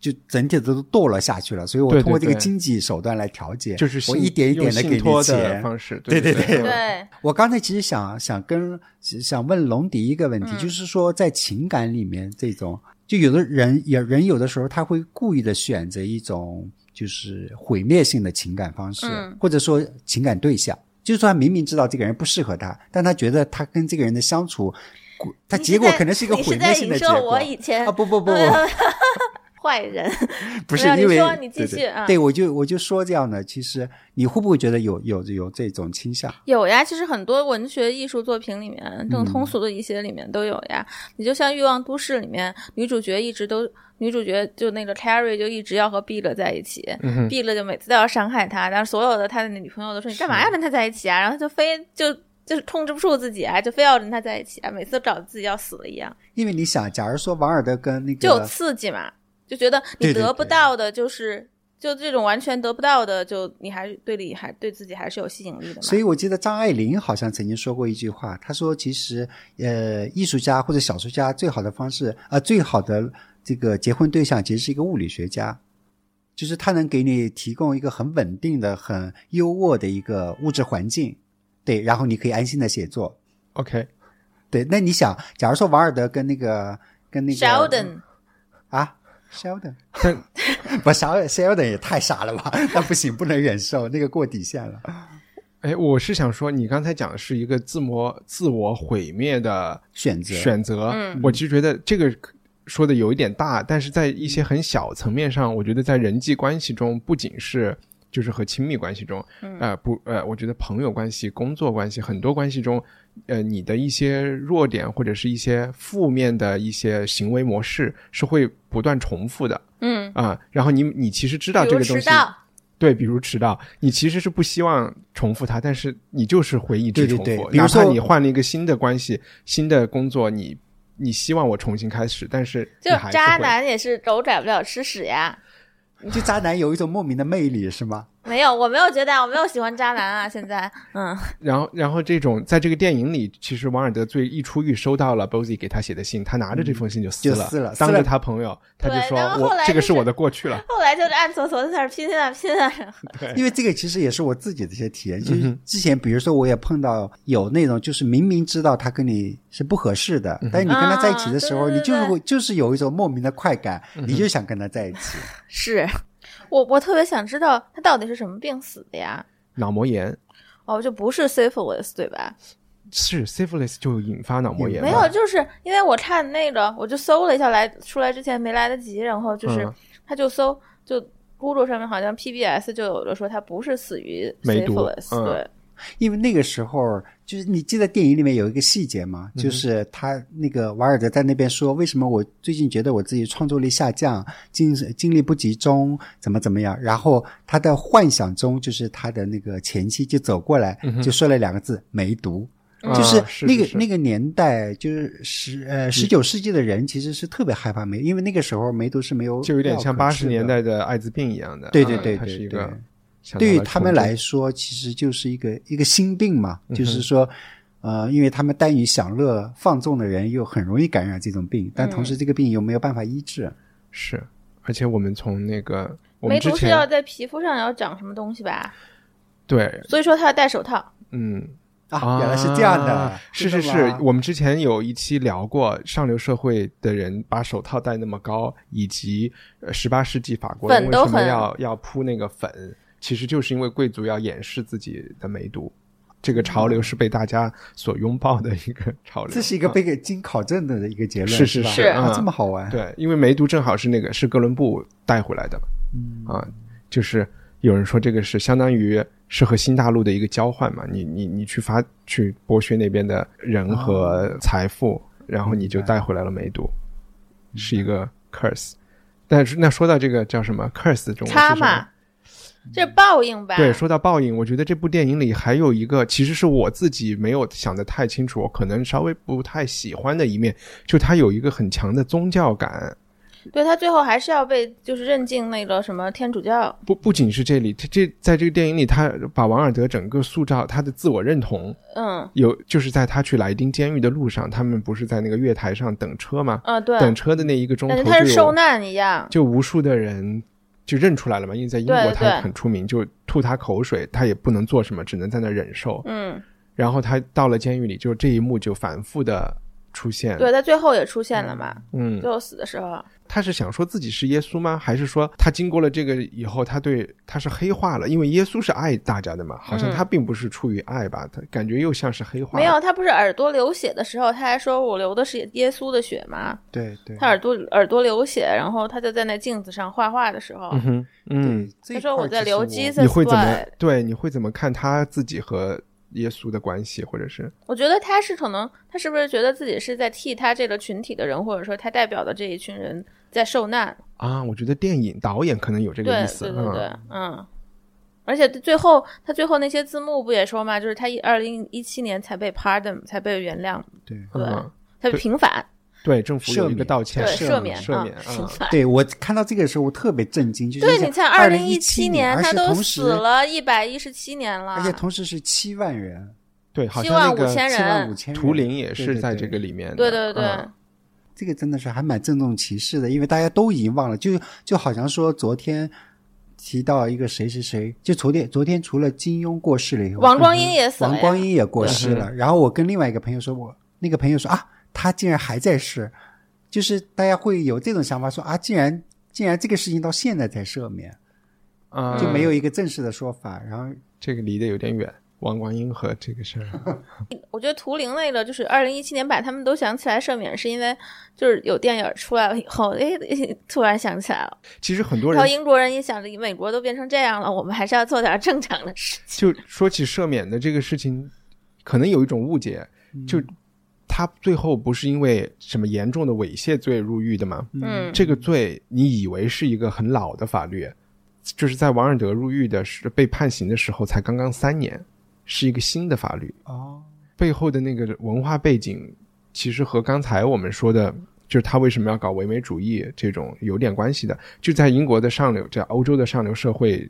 Speaker 4: 就整体的都堕落下去了。所以我
Speaker 1: 对对
Speaker 4: 通过这个
Speaker 1: 对
Speaker 4: 经济手段来调节，
Speaker 1: 就是信
Speaker 4: 我一点一点的
Speaker 1: 用信
Speaker 4: 给你
Speaker 1: 托
Speaker 4: 钱
Speaker 1: 的。方式，
Speaker 4: 对
Speaker 1: 对
Speaker 4: 对对
Speaker 3: 对，
Speaker 4: 我刚才其实想想跟想问龙迪一个问题，
Speaker 3: 嗯
Speaker 4: 就是说在情感里面，这种就有的人也人有的时候他会故意的选择一种就是毁灭性的情感方式，
Speaker 3: 嗯
Speaker 4: 或者说情感对象，就是说他明明知道这个人不适合他，但他觉得他跟这个人的相处，他
Speaker 3: 你
Speaker 4: 结
Speaker 3: 是
Speaker 4: 果
Speaker 3: 在
Speaker 4: 可能是一个
Speaker 3: 你
Speaker 4: 毁灭性的结
Speaker 3: 在影射
Speaker 4: 果。
Speaker 3: 我以前
Speaker 4: 啊不不 不不，
Speaker 3: 坏人，
Speaker 4: 不是
Speaker 3: 没有你
Speaker 4: 因为
Speaker 3: 说你继
Speaker 4: 对
Speaker 3: 续
Speaker 4: 对
Speaker 3: 啊
Speaker 4: 对我就我就说这样的，其实你会不会觉得有有有这种倾向？
Speaker 3: 有呀，其实很多文学艺术作品里面，这种
Speaker 1: 嗯
Speaker 3: 通俗的一些里面都有呀。你就像《欲望都市》里面，女主角一直都，女主角就那个 Carrie 就一直要和 B 了在一起。
Speaker 1: 嗯哼，
Speaker 3: 毕了就每次都要伤害他，但是所有的他的女朋友都说你干嘛要跟他在一起啊？然后他就非就就是控制不住自己啊，就非要跟他在一起啊，每次都找自己要死了一样，
Speaker 4: 因为你想，假如说王尔德跟那个
Speaker 3: 就
Speaker 1: 啊
Speaker 3: 有刺激嘛，就觉得你
Speaker 4: 对对
Speaker 3: 得不
Speaker 4: 对
Speaker 3: 到的就是就这种完全得不到的，就你还是对你还对自己还是有吸引力的嘛。
Speaker 4: 所以我记得张爱玲好像曾经说过一句话，她说：“其实，呃，艺术家或者小说家最好的方式啊、最好的这个结婚对象其实是一个物理学家，就是他能给你提供一个很稳定的、很优渥的一个物质环境，对，然后你可以安心的写作。
Speaker 1: ，OK，
Speaker 4: 对，那你想，假如说王尔德跟那个跟那个
Speaker 3: Sheldon
Speaker 4: 啊，Sheldon
Speaker 1: 但
Speaker 4: 不 Sheldon Sheldon 也太傻了吧？那不行，不能忍受，那个过底线了。
Speaker 1: 哎，我是想说，你刚才讲的是一个自我自我毁灭的
Speaker 4: 选择
Speaker 1: 选择，
Speaker 3: 嗯
Speaker 1: 我其实觉得这个说的有一点大，但是在一些很小层面上，我觉得在人际关系中，不仅是就是和亲密关系中，
Speaker 3: 嗯
Speaker 1: 呃，不，呃，我觉得朋友关系、工作关系，很多关系中，呃，你的一些弱点或者是一些负面的一些行为模式是会不断重复的
Speaker 3: 嗯，
Speaker 1: 啊、然后你你其实知道
Speaker 3: 比
Speaker 1: 这
Speaker 3: 如
Speaker 1: 个东
Speaker 3: 迟
Speaker 1: 西，
Speaker 3: 到，
Speaker 1: 对，比如迟到，你其实是不希望重复它，但是你就是会一直
Speaker 4: 对
Speaker 1: 重
Speaker 4: 对
Speaker 1: 复。
Speaker 4: 对比如
Speaker 1: 哪怕
Speaker 4: 说
Speaker 1: 你换了一个新的关系、新的工作，你你希望我重新开始，但是
Speaker 3: 就
Speaker 1: 你还是
Speaker 3: 渣
Speaker 1: 会。
Speaker 3: 男也是狗宰不了吃屎呀。
Speaker 4: 就渣男有一种莫名的魅力，是吗？
Speaker 3: 没有，我没有觉得，我没有喜欢渣男啊。现在，嗯，
Speaker 1: 然后，然后这种在这个电影里，其实王尔德最一出狱收到了 Bozy 给他写的信，他拿着这封信就撕
Speaker 4: 嗯就
Speaker 1: 了，
Speaker 4: 撕了
Speaker 1: 当
Speaker 4: 撕了
Speaker 1: 着他朋友，他就
Speaker 3: 对
Speaker 1: 说
Speaker 3: 然后
Speaker 1: 我
Speaker 3: 后来
Speaker 1: 这个
Speaker 3: 就是
Speaker 1: 我的过去了。
Speaker 3: 后来就是暗搓搓在那儿拼啊拼啊，
Speaker 4: 因为这个其实也是我自己的一些体验，就是之前比如说我也碰到有那种，就是明明知道他跟你是不合适的，但是你跟他在一起的时候，
Speaker 3: 啊对对
Speaker 4: 你就是
Speaker 3: 对对
Speaker 4: 会就是有一种莫名的快感，你就想跟他在一起。
Speaker 3: 是我我特别想知道他到底是什么病死的呀？
Speaker 1: 脑膜炎
Speaker 3: 哦，就不是 syphilis 对吧？
Speaker 1: 是 syphilis 就引发脑膜炎吗，
Speaker 3: 没有，就是因为我看那个，我就搜了一下来，出来之前没来得及，然后就是、
Speaker 1: 嗯
Speaker 3: 他就搜就。Google 上面好像 PBS 就有的说他不是死于
Speaker 1: 梅毒
Speaker 3: syphilis，、
Speaker 1: 嗯
Speaker 3: 对，
Speaker 4: 因为那个时候，就是你记得电影里面有一个细节吗？就是他那个瓦尔德在那边说，为什么我最近觉得我自己创作力下降，精精力不集中，怎么怎么样？然后他的幻想中，就是他的那个前妻就走过来，就说了两个字：梅毒。
Speaker 1: 嗯
Speaker 4: 就是
Speaker 1: 啊是
Speaker 4: 那个
Speaker 1: 是
Speaker 4: 那个年代，就是十呃十九世纪的人其实是特别害怕梅，因为那个时候梅毒是没有
Speaker 1: 就有点
Speaker 4: 药
Speaker 1: 像
Speaker 4: 可
Speaker 1: 八
Speaker 4: 治
Speaker 1: 十年
Speaker 4: 的
Speaker 1: 代的艾滋病一样的，
Speaker 4: 对对
Speaker 1: 嗯
Speaker 4: 对
Speaker 1: 它是
Speaker 4: 对
Speaker 1: 一
Speaker 4: 对
Speaker 1: 个想到
Speaker 4: 对于
Speaker 1: 了
Speaker 4: 他
Speaker 1: 重嗯
Speaker 4: 们
Speaker 1: 症
Speaker 4: 来说，其实就是一个一个心病嘛，就是说，呃，因为他们耽于享乐、放纵的人，又很容易感染这种病，但
Speaker 3: 嗯
Speaker 4: 同时这个病又没有办法医治。
Speaker 1: 是，而且我们从那个我
Speaker 3: 梅
Speaker 1: 们之
Speaker 3: 毒是要
Speaker 1: 前
Speaker 3: 在皮肤上要长什么东西吧，
Speaker 1: 对，
Speaker 3: 所以说他要戴手套。
Speaker 1: 嗯，
Speaker 4: 啊，原来是这样的
Speaker 1: 啊，是是
Speaker 4: 真的
Speaker 1: 是
Speaker 4: 吗，
Speaker 1: 我们之前有一期聊过上流社会的人把手套戴那么高，以及呃十八世纪法国人
Speaker 3: 粉
Speaker 1: 为
Speaker 3: 都
Speaker 1: 什么
Speaker 3: 很
Speaker 1: 要要铺那个粉，其实就是因为贵族要掩饰自己的梅毒。这个潮流是被大家所拥抱的一个潮流，
Speaker 4: 嗯这是一个
Speaker 1: 啊
Speaker 4: 被个经考证的一个结论，
Speaker 1: 是是
Speaker 4: 是吧
Speaker 1: 是
Speaker 4: 啊
Speaker 1: 嗯，
Speaker 4: 这么好玩，
Speaker 1: 对，因为梅毒正好是那个是哥伦布带回来的嘛，啊，就是有人说这个是相当于是和新大陆的一个交换嘛，你你你去发去剥削那边的人和财富，然后你就带回来了梅毒，是一个 curse。但是那说到这个叫什么 curse 中文是什
Speaker 3: 插
Speaker 1: 么嗯
Speaker 3: 嘛，这是报应吧？
Speaker 1: 对，说到报应，我觉得这部电影里还有一个，其实是我自己没有想的太清楚，可能稍微不太喜欢的一面，就它有一个很强的宗教感。
Speaker 3: 对他最后还是要被就是认进那个什么天主教，
Speaker 1: 不不仅是这里，这这在这个电影里，他把王尔德整个塑造他的自我认同，
Speaker 3: 嗯
Speaker 1: 有就是在他去莱丁监狱的路上，他们不是在那个月台上等车吗？
Speaker 3: 啊对，
Speaker 1: 等车的那一个钟
Speaker 3: 感
Speaker 1: 头
Speaker 3: 觉
Speaker 1: 就
Speaker 3: 他
Speaker 1: 有
Speaker 3: 是受难一样，
Speaker 1: 就无数的人就认出来了嘛，因为在英
Speaker 3: 对
Speaker 1: 国
Speaker 3: 对
Speaker 1: 他
Speaker 3: 对
Speaker 1: 很出名，就吐他口水，他也不能做什么，只能在那忍受。
Speaker 3: 嗯，
Speaker 1: 然后他到了监狱里，就这一幕就反复的出现。
Speaker 3: 对，他最后也出现了嘛，
Speaker 1: 嗯，
Speaker 3: 最后死的时候，
Speaker 1: 他是想说自己是耶稣吗？还是说他经过了这个以后，他对他是黑化了？因为耶稣是爱大家的嘛，好像
Speaker 3: 嗯
Speaker 1: 他并不是出于爱吧，他感觉又像是黑化。
Speaker 3: 没有，，他不是耳朵流血的时候，他还说我流的是耶稣的血嘛，
Speaker 4: 对对，
Speaker 1: 嗯
Speaker 3: 他耳朵耳朵流血，然后他就在那镜子上画画的时候，
Speaker 1: 嗯哼，嗯，
Speaker 4: 对，
Speaker 3: 他说我在留基
Speaker 4: 在
Speaker 3: 色
Speaker 1: 你会怎么
Speaker 3: blood
Speaker 1: 对？你会怎么看他自己和耶稣的关系，或者是
Speaker 3: 我觉得他是可能他是不是觉得自己是在替他这个群体的人，或者说他代表的这一群人在受难，
Speaker 1: 啊？我觉得电影导演可能有这个
Speaker 3: 对
Speaker 1: 意思。
Speaker 3: 对对
Speaker 1: 嗯
Speaker 3: 对，嗯。而且最后，他最后那些字幕不也说嘛，就是他一二零一七年才被 pardon，才被原谅，
Speaker 4: 对。
Speaker 3: 对
Speaker 1: 嗯，
Speaker 3: 他
Speaker 1: 对
Speaker 3: 平反，
Speaker 1: 对，政府
Speaker 4: 赦
Speaker 1: 有一
Speaker 4: 免
Speaker 1: 个道歉，
Speaker 3: 对，赦免，
Speaker 1: 赦免
Speaker 3: 啊，
Speaker 1: 嗯
Speaker 3: 平反。
Speaker 4: 对我看到这个时候，我特别震惊，就是
Speaker 3: 对，
Speaker 4: 想
Speaker 3: 你看，
Speaker 4: 二
Speaker 3: 零
Speaker 4: 一
Speaker 5: 2017
Speaker 3: 年
Speaker 4: 而
Speaker 3: 他
Speaker 4: 且
Speaker 3: 都
Speaker 4: 同时
Speaker 3: 死，了一百一十七年了
Speaker 4: 而，且同时是七万人，
Speaker 1: 对，好
Speaker 3: 七
Speaker 1: 像那
Speaker 3: 万五
Speaker 1: 个
Speaker 3: 千
Speaker 4: 七万五
Speaker 3: 人，
Speaker 4: 千人。
Speaker 1: 图灵也
Speaker 4: 对
Speaker 1: 是
Speaker 4: 对
Speaker 1: 在
Speaker 4: 对
Speaker 1: 这个里面的。
Speaker 3: 对对对，
Speaker 4: 啊
Speaker 1: 嗯
Speaker 4: 这个真的是还蛮郑重其事的，因为大家都已经忘了，就就好像说昨天提到一个谁谁谁，就昨天昨天除了金庸过世了以后，嗯
Speaker 3: 王光英也死了
Speaker 4: 王
Speaker 3: 呀，
Speaker 4: 光英也过世了。然后我跟另外一个朋友说，我那个朋友说啊，他竟然还在世，就是大家会有这种想法说啊，竟然竟然这个事情到现在才赦免，
Speaker 1: 啊，
Speaker 4: 就没有一个正式的说法。然后
Speaker 1: 这个离得有点远。王光英和这个事儿，
Speaker 3: 我觉得图灵那个就是二零一七年把他们都想起来赦免，是因为就是有电影出来了以后，哎，突然想起来了。
Speaker 1: 其实很多
Speaker 3: 然后
Speaker 1: 人
Speaker 3: 英国人一想，美国都变成这样了，我们还是要做点正常的事情。
Speaker 1: 就说起赦免的这个事情，可能有一种误解，就他最后不是因为什么严重的猥亵罪入狱的吗？
Speaker 3: 嗯，
Speaker 1: 这个罪你以为是一个很老的法律，就是在王尔德入狱的时被判刑的时候才刚刚三年，是一个新的法律。
Speaker 4: 哦，
Speaker 1: 背后的那个文化背景，其实和刚才我们说的，就是他为什么要搞唯美主义这种有点关系的。就在英国的上流，在欧洲的上流社会，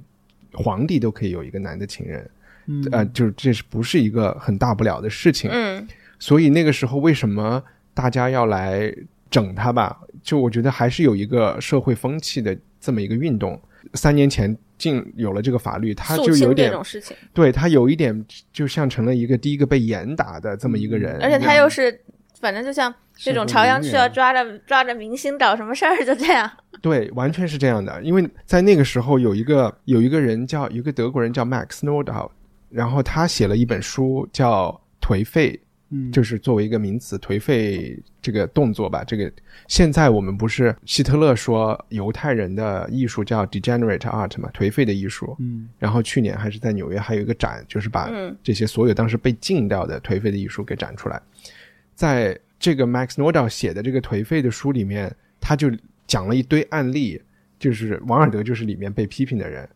Speaker 1: 皇帝都可以有一个男的情人，
Speaker 4: 嗯
Speaker 1: 呃，就是这是不是一个很大不了的事情？
Speaker 3: 嗯，
Speaker 1: 所以那个时候为什么大家要来整他吧？就我觉得还是有一个社会风气的这么一个运动。三年前进有了这个法律，他
Speaker 3: 肃
Speaker 1: 就有
Speaker 3: 清这
Speaker 1: 点
Speaker 3: 种事情，
Speaker 1: 对他有一点就像成了一个第一个被严打的这么一个人，
Speaker 3: 嗯而且他又是，反正就像这种朝阳区要
Speaker 4: 社会名媛
Speaker 3: 抓着抓着明星搞什么事儿，就这样。
Speaker 1: 对，完全是这样的。因为在那个时候，有一个有一个人叫有一个德国人叫 Max Nordau，然后他写了一本书叫《颓废》，
Speaker 4: 嗯
Speaker 1: 就是作为一个名词，颓废这个动作吧。这个现在我们不是希特勒说犹太人的艺术叫 degenerate art 嘛，颓废的艺术。
Speaker 4: 嗯
Speaker 1: 然后去年还是在纽约还有一个展，就是把
Speaker 3: 嗯
Speaker 1: 这些所有当时被禁掉的颓废的艺术给展出来。在这个 Max Nordau 写的这个颓废的书里面，他就讲了一堆案例，就是王尔德就是里面被批评的人，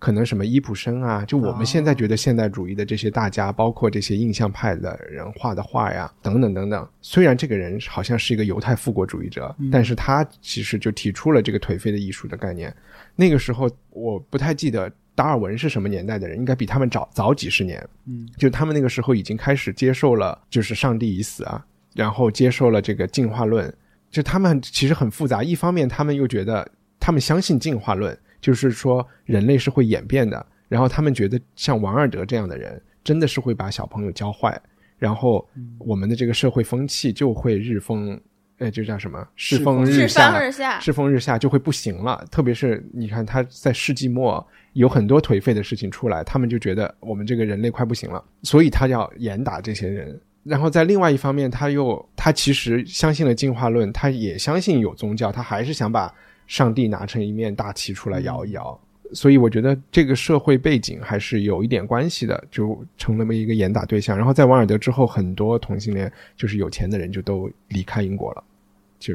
Speaker 1: 可能什么伊普生啊，就我们现在觉得现代主义的这些大家，包括这些印象派的人画的画呀，等等等等。虽然这个人好像是一个犹太复国主义者，但是他其实就提出了这个颓废的艺术的概念。那个时候我不太记得达尔文是什么年代的人，应该比他们早早几十年。
Speaker 4: 嗯，
Speaker 1: 就他们那个时候已经开始接受了，就是上帝已死啊，然后接受了这个进化论。就他们其实很复杂，一方面他们又觉得他们相信进化论，就是说人类是会演变的，然后他们觉得像王尔德这样的人真的是会把小朋友教坏，然后我们的这个社会风气就会日风，呃，就叫什么世风
Speaker 4: 世风
Speaker 3: 是
Speaker 1: 日下
Speaker 3: 方，日下，
Speaker 1: 世风日下就会不行了。特别是你看他在世纪末有很多颓废的事情出来，他们就觉得我们这个人类快不行了，所以他要严打这些人。然后在另外一方面，他又他其实相信了进化论，他也相信有宗教，他还是想把上帝拿成一面大旗出来摇一摇。所以我觉得这个社会背景还是有一点关系的，就成了那么一个严打对象。然后在王尔德之后，很多同性恋
Speaker 4: 嗯
Speaker 1: 就是有钱的人就都离开英国了。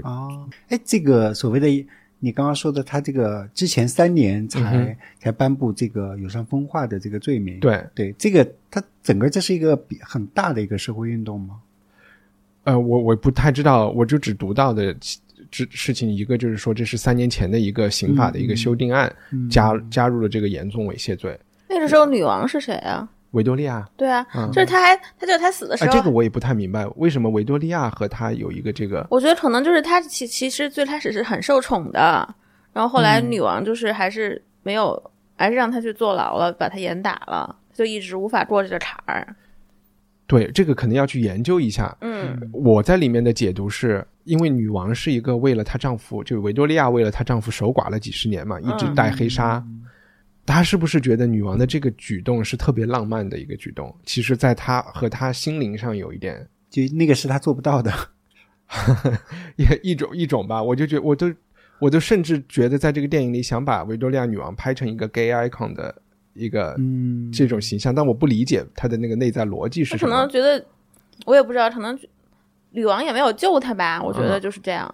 Speaker 4: 哦，哎，这个所谓的你刚刚说的，他这个之前三年才、
Speaker 1: 嗯
Speaker 4: 才颁布这个有伤风化的这个罪名，
Speaker 1: 对，
Speaker 4: 对，这个它整个这是一个比很大的一个社会运动吗？
Speaker 1: 呃，我我不太知道，我就只读到的其只事情一个，就是说这是三年前的一个刑法的一个修订案，
Speaker 4: 嗯
Speaker 1: 加加入了这个严重猥亵 罪。
Speaker 3: 那个时候女王是谁啊？
Speaker 1: 维多利亚，
Speaker 3: 对啊，
Speaker 1: 嗯
Speaker 3: 就是他还，他就他死的时
Speaker 1: 哎，
Speaker 3: 候，
Speaker 1: 这个我也不太明白，为什么维多利亚和他有一个这个，
Speaker 3: 我觉得可能就是他其其实最开始是很受宠的，然后后来女王就是还是没有，还是让他去坐牢了，把他严打了，就一直无法过这个坎儿。
Speaker 1: 对，这个可能要去研究一下。
Speaker 3: 嗯，
Speaker 1: 我在里面的解读是，因为女王是一个为了她丈夫，就维多利亚为了她丈夫守寡了几十年
Speaker 3: 嗯
Speaker 1: 嘛，一直戴黑纱。她是不是觉得女王的这个举动是特别浪漫的一个举动？其实，在她和她心灵上有一点
Speaker 4: 就那个是他做不到的，
Speaker 1: 也一种一种吧，我就觉我都我都甚至觉得，在这个电影里想把维多利亚女王拍成一个 gay icon 的一个
Speaker 4: 嗯
Speaker 1: 这种形象，但我不理解她的那个内在逻辑
Speaker 3: 他
Speaker 1: 是
Speaker 3: 可
Speaker 1: 什
Speaker 3: 能
Speaker 1: 么。
Speaker 3: 觉得，我也不知道，可能女王也没有救他吧，我觉得就是这样。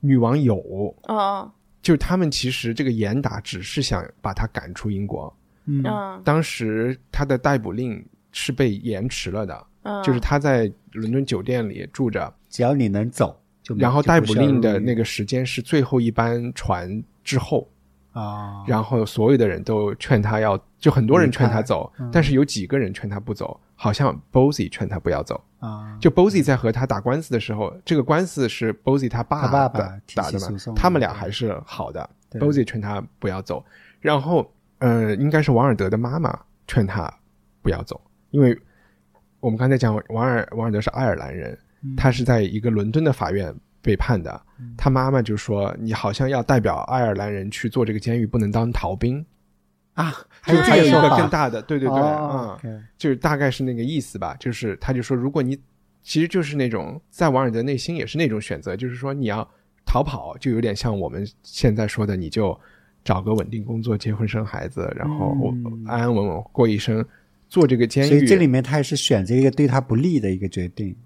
Speaker 1: 女王有，
Speaker 3: 哦，
Speaker 1: 就是他们其实这个严打只是想把她赶出英国，
Speaker 4: 嗯
Speaker 3: 嗯
Speaker 1: 当时她的逮捕令是被延迟了的，
Speaker 3: 嗯，
Speaker 1: 就是她在伦敦酒店里住着，
Speaker 4: 只要你能走，就
Speaker 1: 然后逮捕令的那
Speaker 4: 个
Speaker 1: 个时间是最后一班船之后。
Speaker 4: 啊，
Speaker 1: 然后所有的人都劝他要，就很多人劝他走，
Speaker 4: 嗯
Speaker 1: 但是有几个人劝他不走，好像 Bozy 劝他不要走。
Speaker 4: 啊，
Speaker 1: 就 Bozy 在和他打官司的时候，这个官司是 Bozy 他爸
Speaker 4: 他
Speaker 1: 打
Speaker 4: 爸爸提
Speaker 1: 打
Speaker 4: 起
Speaker 1: 的
Speaker 4: 诉
Speaker 1: 嘛
Speaker 4: 讼，
Speaker 1: 他们俩
Speaker 4: 对
Speaker 1: 还是好的。
Speaker 4: 对
Speaker 1: Bozy 劝他不要走，然后呃，应该是王尔德的妈妈劝他不要走，因为我们刚才讲王尔王尔德是爱尔兰人，
Speaker 4: 嗯
Speaker 1: 他是在一个伦敦的法院被判的。他妈妈就说：“你好像要代表爱尔兰人去做这个监狱，不能当逃兵。
Speaker 4: 啊，”还
Speaker 1: 就
Speaker 4: 有
Speaker 1: 是还有一
Speaker 4: 说
Speaker 1: 个
Speaker 4: 法
Speaker 1: 更大的，对对对，啊，
Speaker 4: 哦，OK
Speaker 1: 就是大概是那个意思吧。就是他就说，如果你其实就是那种在王尔德内心也是那种选择，就是说你要逃跑，就有点像我们现在说的，你就找个稳定工作、结婚生孩子，然后
Speaker 4: 嗯
Speaker 1: 安安稳稳过一生。做这个监狱，
Speaker 4: 所以这里面他也是选择一个对他不利的一个决 定，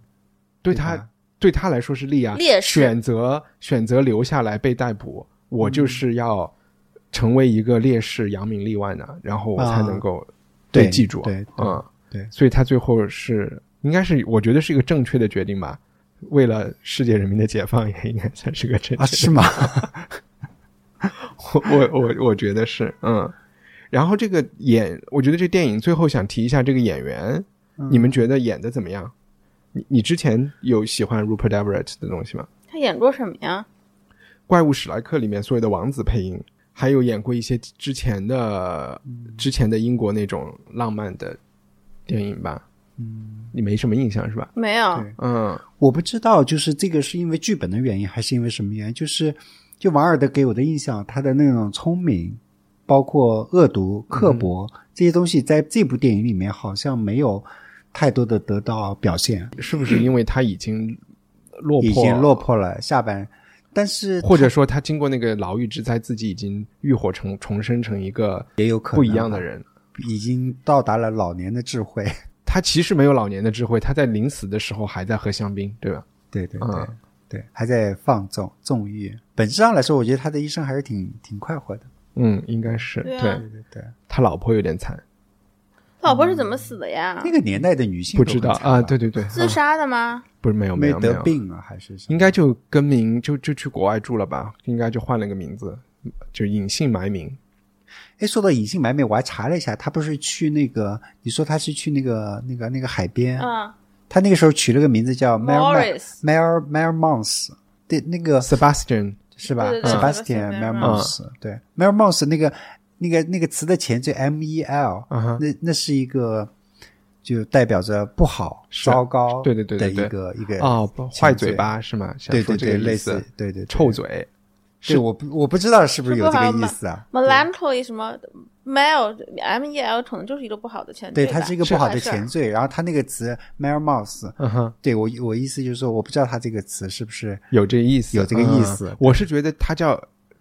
Speaker 1: 对
Speaker 4: 对
Speaker 1: 他
Speaker 4: 吧
Speaker 1: 对他来说是利啊，
Speaker 3: 劣势
Speaker 1: 选择选择留下来被逮捕，我
Speaker 4: 嗯
Speaker 1: 就是要成为一个烈士，扬名立万呐、然后我才能够被
Speaker 4: 啊对
Speaker 1: 记住。
Speaker 4: 对对
Speaker 1: 嗯，
Speaker 4: 对
Speaker 1: 所以他最后是应该是我觉得是一个正确的决定吧，为了世界人民的解放也应该算是个正
Speaker 4: 啊，
Speaker 1: 确的
Speaker 4: 是吗？
Speaker 1: 我我我我觉得是，嗯。然后这个演，我觉得这电影最后想提一下这个演员，你
Speaker 4: 嗯
Speaker 1: 们觉得演的怎么样？你你之前有喜欢 Rupert Everett 的东西吗？
Speaker 3: 他演过什么呀？
Speaker 1: 《怪物史莱克》里面所有的王子配音，还有演过一些之前的、
Speaker 4: 嗯
Speaker 1: 之前的英国那种浪漫的电影吧。嗯，你没什么印象是吧？
Speaker 3: 没有
Speaker 4: 对，
Speaker 1: 嗯，
Speaker 4: 我不知道，就是这个是因为剧本的原因，还是因为什么原因？就是就王尔德给我的印象，他的那种聪明，包括恶毒、刻
Speaker 1: 嗯
Speaker 4: 薄、这些东西，在这部电影里面好像没有太多的得到表现，
Speaker 1: 是不是因为他已经落魄，
Speaker 4: 已经落魄了下半。但是
Speaker 1: 或者说他经过那个牢狱之灾，自己已经浴火重重生成一个
Speaker 4: 也有可能
Speaker 1: 不一样的人。
Speaker 4: 已经到达了老年的智慧，
Speaker 1: 他其实没有老年的智慧，他在临死的时候还在喝香槟，对吧？
Speaker 4: 对对对、
Speaker 1: 嗯
Speaker 4: 对，还在放纵纵欲。本质上来说，我觉得他的一生还是挺挺快活的。
Speaker 1: 嗯，应该是
Speaker 3: 对啊
Speaker 4: 对对对，
Speaker 1: 他老婆有点惨，
Speaker 3: 他老婆是怎么死的呀？
Speaker 4: 那个年代的女性
Speaker 1: 不知道
Speaker 4: 都很惨
Speaker 1: 啊，
Speaker 4: 吧
Speaker 1: 对对对，
Speaker 3: 自
Speaker 1: 啊、
Speaker 3: 杀的吗？
Speaker 1: 不是没有没
Speaker 4: 没
Speaker 1: 有没
Speaker 4: 得
Speaker 1: 有
Speaker 4: 病啊，还是什么
Speaker 1: 应该就更名，就就去国外住了吧，应该就换了个名字，就隐姓埋名。
Speaker 4: 哎，说到隐姓埋名，我还查了一下，他不是去那个，你说他是去那个那个那个海边，
Speaker 3: 嗯，
Speaker 4: 他那个时候取了个名字叫 Mel
Speaker 3: Morris
Speaker 4: Mel Mel Mons，对，那个
Speaker 1: Sebastian，
Speaker 4: 是吧
Speaker 3: 对对对
Speaker 4: ？Sebastian
Speaker 3: Sebastian
Speaker 4: Mel
Speaker 1: Mons
Speaker 4: Mons，对，Mel Mons 那个那个那个词的前缀 M E L，
Speaker 1: 嗯哼
Speaker 4: 那那是一个就代表着不好、
Speaker 1: 是
Speaker 4: 糟糕，
Speaker 1: 对对对
Speaker 4: 的
Speaker 1: 对
Speaker 4: 一
Speaker 1: 对
Speaker 4: 个一个
Speaker 1: 哦，不坏
Speaker 4: 前
Speaker 1: 嘴巴是吗？想
Speaker 4: 对
Speaker 1: 说
Speaker 4: 对
Speaker 1: 这个
Speaker 4: 对，类
Speaker 1: 意思
Speaker 4: 似，对对对
Speaker 1: 臭嘴。
Speaker 4: 对，我不我不知道是不是有这个意思啊？
Speaker 3: melancholy 什么 mel m e l 可能就是一个不好的前
Speaker 4: 对，
Speaker 3: 缀吧，
Speaker 4: 它是一个不好的
Speaker 3: 坏事儿
Speaker 4: 前缀，然后它那个词 Mel Mons，
Speaker 1: 嗯哼，
Speaker 4: 对我我意思就是说，我不知道他这个词是不是
Speaker 1: 有这个意思，
Speaker 4: 有这个意思
Speaker 1: 嗯我是觉得他叫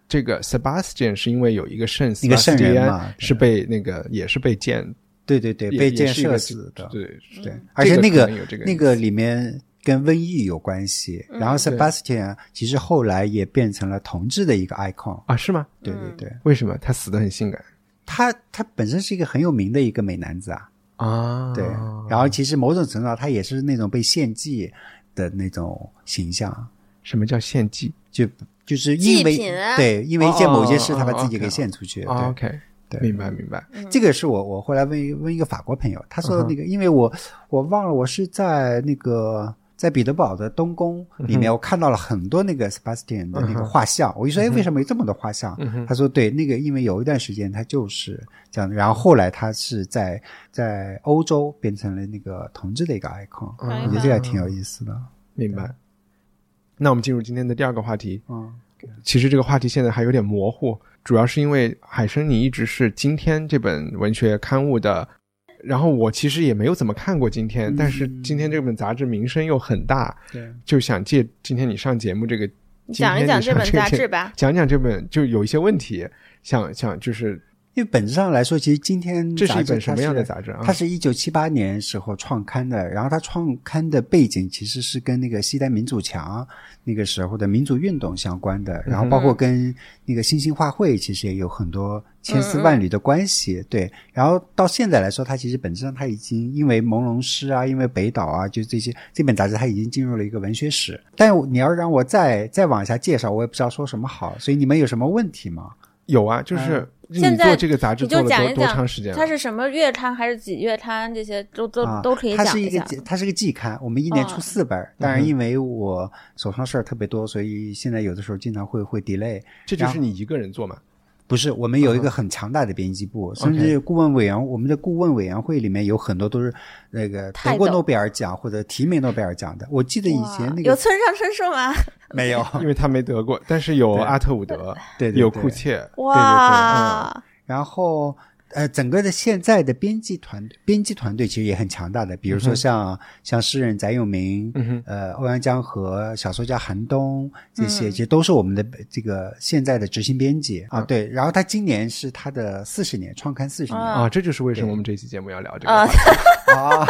Speaker 1: 这个 Sebastian，是因为有一个圣
Speaker 4: 一个圣人嘛
Speaker 1: Sebastian
Speaker 4: 对
Speaker 1: 是被那个也是被箭
Speaker 4: 对对对
Speaker 1: 也
Speaker 4: 被
Speaker 1: 也
Speaker 4: 箭
Speaker 1: 是一个
Speaker 4: 射死的，
Speaker 1: 对嗯
Speaker 4: 对，而且
Speaker 1: 这
Speaker 4: 那
Speaker 1: 个
Speaker 4: 个
Speaker 1: 可能有这个意思
Speaker 4: 那个里面跟瘟疫有关系。
Speaker 3: 嗯
Speaker 4: 然后 Sebastian 啊其实后来也变成了同志的一个 icon。
Speaker 1: 啊？是吗？
Speaker 4: 对
Speaker 3: 嗯
Speaker 4: 对对，
Speaker 1: 为什么他死得很性感
Speaker 4: 他他本身是一个很有名的一个美男子啊。
Speaker 1: 啊？
Speaker 4: 对，然后其实某种程度上，他也是那种被献祭的那种形象，
Speaker 1: 什么叫献祭？
Speaker 4: 就就是因
Speaker 3: 祭
Speaker 4: 为、
Speaker 3: 品啊
Speaker 4: 对，因为一件某件事，
Speaker 1: 哦哦哦
Speaker 4: 他把自己
Speaker 1: 哦
Speaker 4: 给
Speaker 1: ，OK，
Speaker 4: 献出去。
Speaker 1: 啊
Speaker 4: 对
Speaker 1: OK，
Speaker 4: 对
Speaker 1: 明白明白。
Speaker 4: 这个是我我后来问一问一个法国朋友，他说的那个，因为我我忘了我是在那个在彼得堡的东宫里面，我看到了很多那个 Sebastian 的那个画像，我就说，哎，为什么有这么多画像？
Speaker 1: 嗯
Speaker 4: 他说，对，那个因为有一段时间他就是这样的，然后后来他是在在欧洲变成了那个同志的一个 icon，我觉得这个还挺有意思的，
Speaker 1: 明白。那我们进入今天的第二个话题。
Speaker 4: 嗯，
Speaker 1: 其实这个话题现在还有点模糊，主要是因为海生你一直是今天这本文学刊物的，然后我其实也没有怎么看过今
Speaker 3: 嗯
Speaker 1: 天，但是今天这本杂志名声又很大，
Speaker 4: 对。
Speaker 1: 就想借今天你上节目这个，
Speaker 3: 你讲一讲
Speaker 1: 今天你
Speaker 3: 这
Speaker 1: 上
Speaker 3: 本杂志
Speaker 1: 个
Speaker 3: 吧
Speaker 1: 讲讲这本就有一些问题，想想就是
Speaker 4: 因为本质上来说，其实今天
Speaker 1: 这是
Speaker 4: 杂
Speaker 1: 一
Speaker 4: 志
Speaker 1: 本什
Speaker 4: 它
Speaker 1: 么样的
Speaker 4: 是
Speaker 1: 杂志啊？
Speaker 4: 它是一九七八年时候创刊的，然后它创刊的背景其实是跟那个西单民主墙那个时候的民主运动相关
Speaker 1: 嗯
Speaker 4: 的，然后包括跟那个新兴画会其实也有很多千丝万缕的关
Speaker 1: 嗯
Speaker 4: 系。对，然后到现在来说，它其实本质上它已经因为朦胧诗啊，因为北岛啊，就这些这本杂志它已经进入了一个文学史。但你要让我再再往下介绍，我也不知道说什么好，所以你们有什么问题吗？
Speaker 1: 有啊，就是你
Speaker 3: 嗯现在
Speaker 1: 做这个杂志
Speaker 3: 你
Speaker 1: 做
Speaker 3: 就
Speaker 1: 了
Speaker 3: 讲一
Speaker 1: 多多
Speaker 3: 讲
Speaker 1: 长时间了？
Speaker 3: 它是什么月刊还是几月刊，这些都都、
Speaker 4: 啊，
Speaker 3: 都可以
Speaker 4: 它
Speaker 3: 讲
Speaker 4: 是一个
Speaker 3: 下。嗯
Speaker 4: 季，它是个季刊，我们一年出四本儿。当然，因为我手上事儿特别多，所以现在有的时候经常会会 delay。
Speaker 1: 这就是你一个人做嘛？
Speaker 4: 不是，我们有一个很强大的编辑部，甚至顾问委员，我们的顾问委员会里面有很多都是那个
Speaker 3: 泰
Speaker 4: 得过
Speaker 3: 斗
Speaker 4: 诺贝尔奖或者提名诺贝尔奖的。我记得以前那
Speaker 3: 有
Speaker 4: 个
Speaker 3: 村上春树吗？
Speaker 4: 没有，
Speaker 1: 因为他没得过，但是有
Speaker 4: 对
Speaker 1: 阿特伍 德，
Speaker 4: 对对
Speaker 1: 有
Speaker 4: 对嗯
Speaker 1: 库切，嗯
Speaker 3: 哇，
Speaker 4: 然后呃，整个的现在的编辑团队，编辑团队其实也很强大的，比如说像、像诗人翟永明，
Speaker 1: 哼
Speaker 4: 呃，欧阳江河，小说家韩东这些，
Speaker 3: 嗯
Speaker 4: 其实都是我们的这个现在的执行编辑啊。对，然后他今年是他的四十年，创刊四十年
Speaker 3: 啊
Speaker 1: 啊，这就是为什么我们这期节目要聊这个话
Speaker 3: 啊
Speaker 1: 题。
Speaker 4: 啊，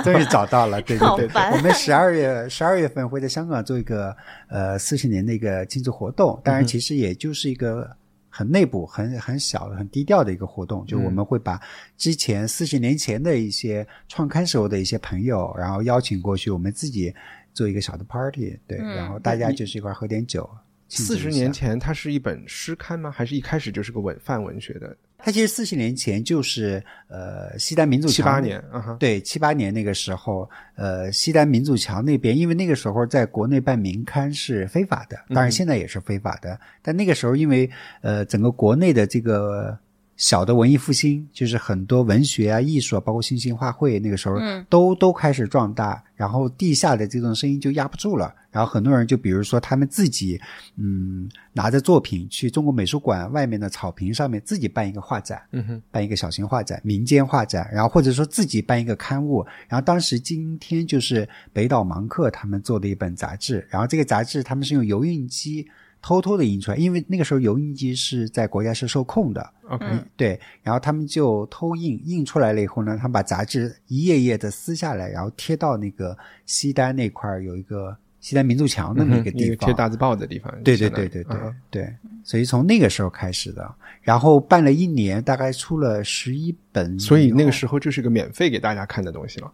Speaker 4: 对 终于找到了，对对对
Speaker 3: 好
Speaker 4: 对
Speaker 3: 烦
Speaker 4: 我们十二月十二月份会在香港做一个呃四十年的一个庆祝活动，当然
Speaker 1: 嗯
Speaker 4: 其实也就是一个。很内部、很很小、很低调的一个活动，
Speaker 1: 嗯
Speaker 4: 就我们会把之前四十年前的一些创刊时候的一些朋友，然后邀请过去，我们自己做一个小的 party，对，
Speaker 3: 嗯
Speaker 4: 然后大家就是一块儿喝点酒。庆祝
Speaker 1: 四
Speaker 4: 一下
Speaker 1: 十年前，它是一本诗刊吗？还是一开始就是个文泛文学的？
Speaker 4: 它其实四十年前就是呃西单民族
Speaker 1: 七
Speaker 4: 墙
Speaker 1: 八年，啊哈，
Speaker 4: 对，七八年那个时候，呃，西单民主墙那边，因为那个时候在国内办民刊是非法的，当然现在也是非法的。但那个时候，因为呃，整个国内的这个小的文艺复兴，就是很多文学啊、艺术啊，包括新兴画会，那个时候
Speaker 3: 嗯
Speaker 4: 都、都开始壮大，然后地下的这种声音就压不住了。然后很多人就比如说他们自己，嗯，拿着作品去中国美术馆外面的草坪上面自己办一个画展，
Speaker 1: 嗯哼，
Speaker 4: 办一个小型画展、民间画展，然后或者说自己办一个刊物。然后当时今天就是北岛芒克他们做的一本杂志，然后这个杂志他们是用油印机偷偷的印出来，因为那个时候油印机是在国家是受控的，
Speaker 1: ，OK，
Speaker 3: 嗯
Speaker 4: 对。然后他们就偷印，印出来了以后呢，他们把杂志一页页的撕下来，然后贴到那个西单那块儿有一个西单民族墙那么一个地方，
Speaker 1: 嗯贴大字报的地方。
Speaker 4: 对
Speaker 1: 相
Speaker 4: 对
Speaker 1: 当
Speaker 4: 对
Speaker 1: 于
Speaker 4: 对对
Speaker 1: 啊哈
Speaker 4: 对，所以从那个时候开始的，然后办了一年，大概出了十一本，
Speaker 1: 所以那个时候就是个免费给大家看的东西了。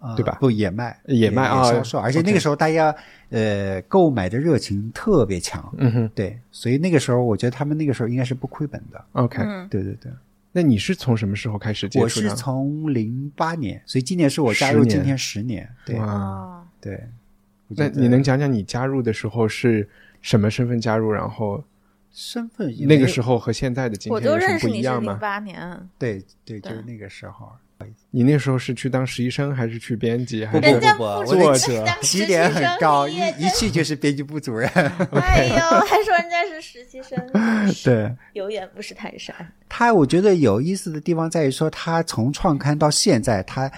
Speaker 4: 呃
Speaker 1: 对吧
Speaker 4: 不也卖
Speaker 1: 也卖啊
Speaker 4: 销售，而且
Speaker 1: OK
Speaker 4: 那个时候大家呃购买的热情特别强，
Speaker 1: 嗯哼
Speaker 4: 对，所以那个时候我觉得他们那个时候应该是不亏本的，
Speaker 1: ，OK，
Speaker 3: 嗯，
Speaker 4: 对对对，
Speaker 1: 那你是从什么时候开始接
Speaker 4: 我
Speaker 1: 触
Speaker 4: 是
Speaker 1: 的？
Speaker 4: 从零八年，所以今年是我加
Speaker 1: 十
Speaker 4: 入
Speaker 1: 年
Speaker 4: 今天十年，对
Speaker 1: 哇，
Speaker 3: 哦，
Speaker 4: 对，我觉
Speaker 1: 那
Speaker 4: 得
Speaker 1: 你能讲讲你加入的时候是什么身份加入？然后
Speaker 4: 身份
Speaker 1: 那个时
Speaker 4: 候
Speaker 1: 候和现在的今
Speaker 3: 我
Speaker 1: 天
Speaker 3: 就
Speaker 1: 有什
Speaker 3: 认
Speaker 1: 么
Speaker 3: 识
Speaker 1: 不
Speaker 3: 你
Speaker 1: 一
Speaker 3: 是
Speaker 1: 样
Speaker 3: 零
Speaker 1: 吗？
Speaker 3: 八 年，
Speaker 4: 对对就是
Speaker 3: 对
Speaker 4: 那个时候，
Speaker 1: 你那时候是去当实习生，还是去编辑，还
Speaker 4: 不
Speaker 1: 是
Speaker 3: 人家
Speaker 4: 不
Speaker 3: 不
Speaker 4: 不
Speaker 3: 止
Speaker 4: 我啊
Speaker 1: 的
Speaker 3: 是当实
Speaker 4: 起
Speaker 3: 习
Speaker 4: 点
Speaker 3: 生
Speaker 4: 很高，
Speaker 3: 毕
Speaker 4: 一
Speaker 3: 业
Speaker 4: 一去就是编辑部主任，
Speaker 3: 哎呦，还说人家是实习生，
Speaker 4: 对。
Speaker 3: 有眼不识泰山。
Speaker 4: 他我觉得有意思的地方在于说，他从创刊到现在，他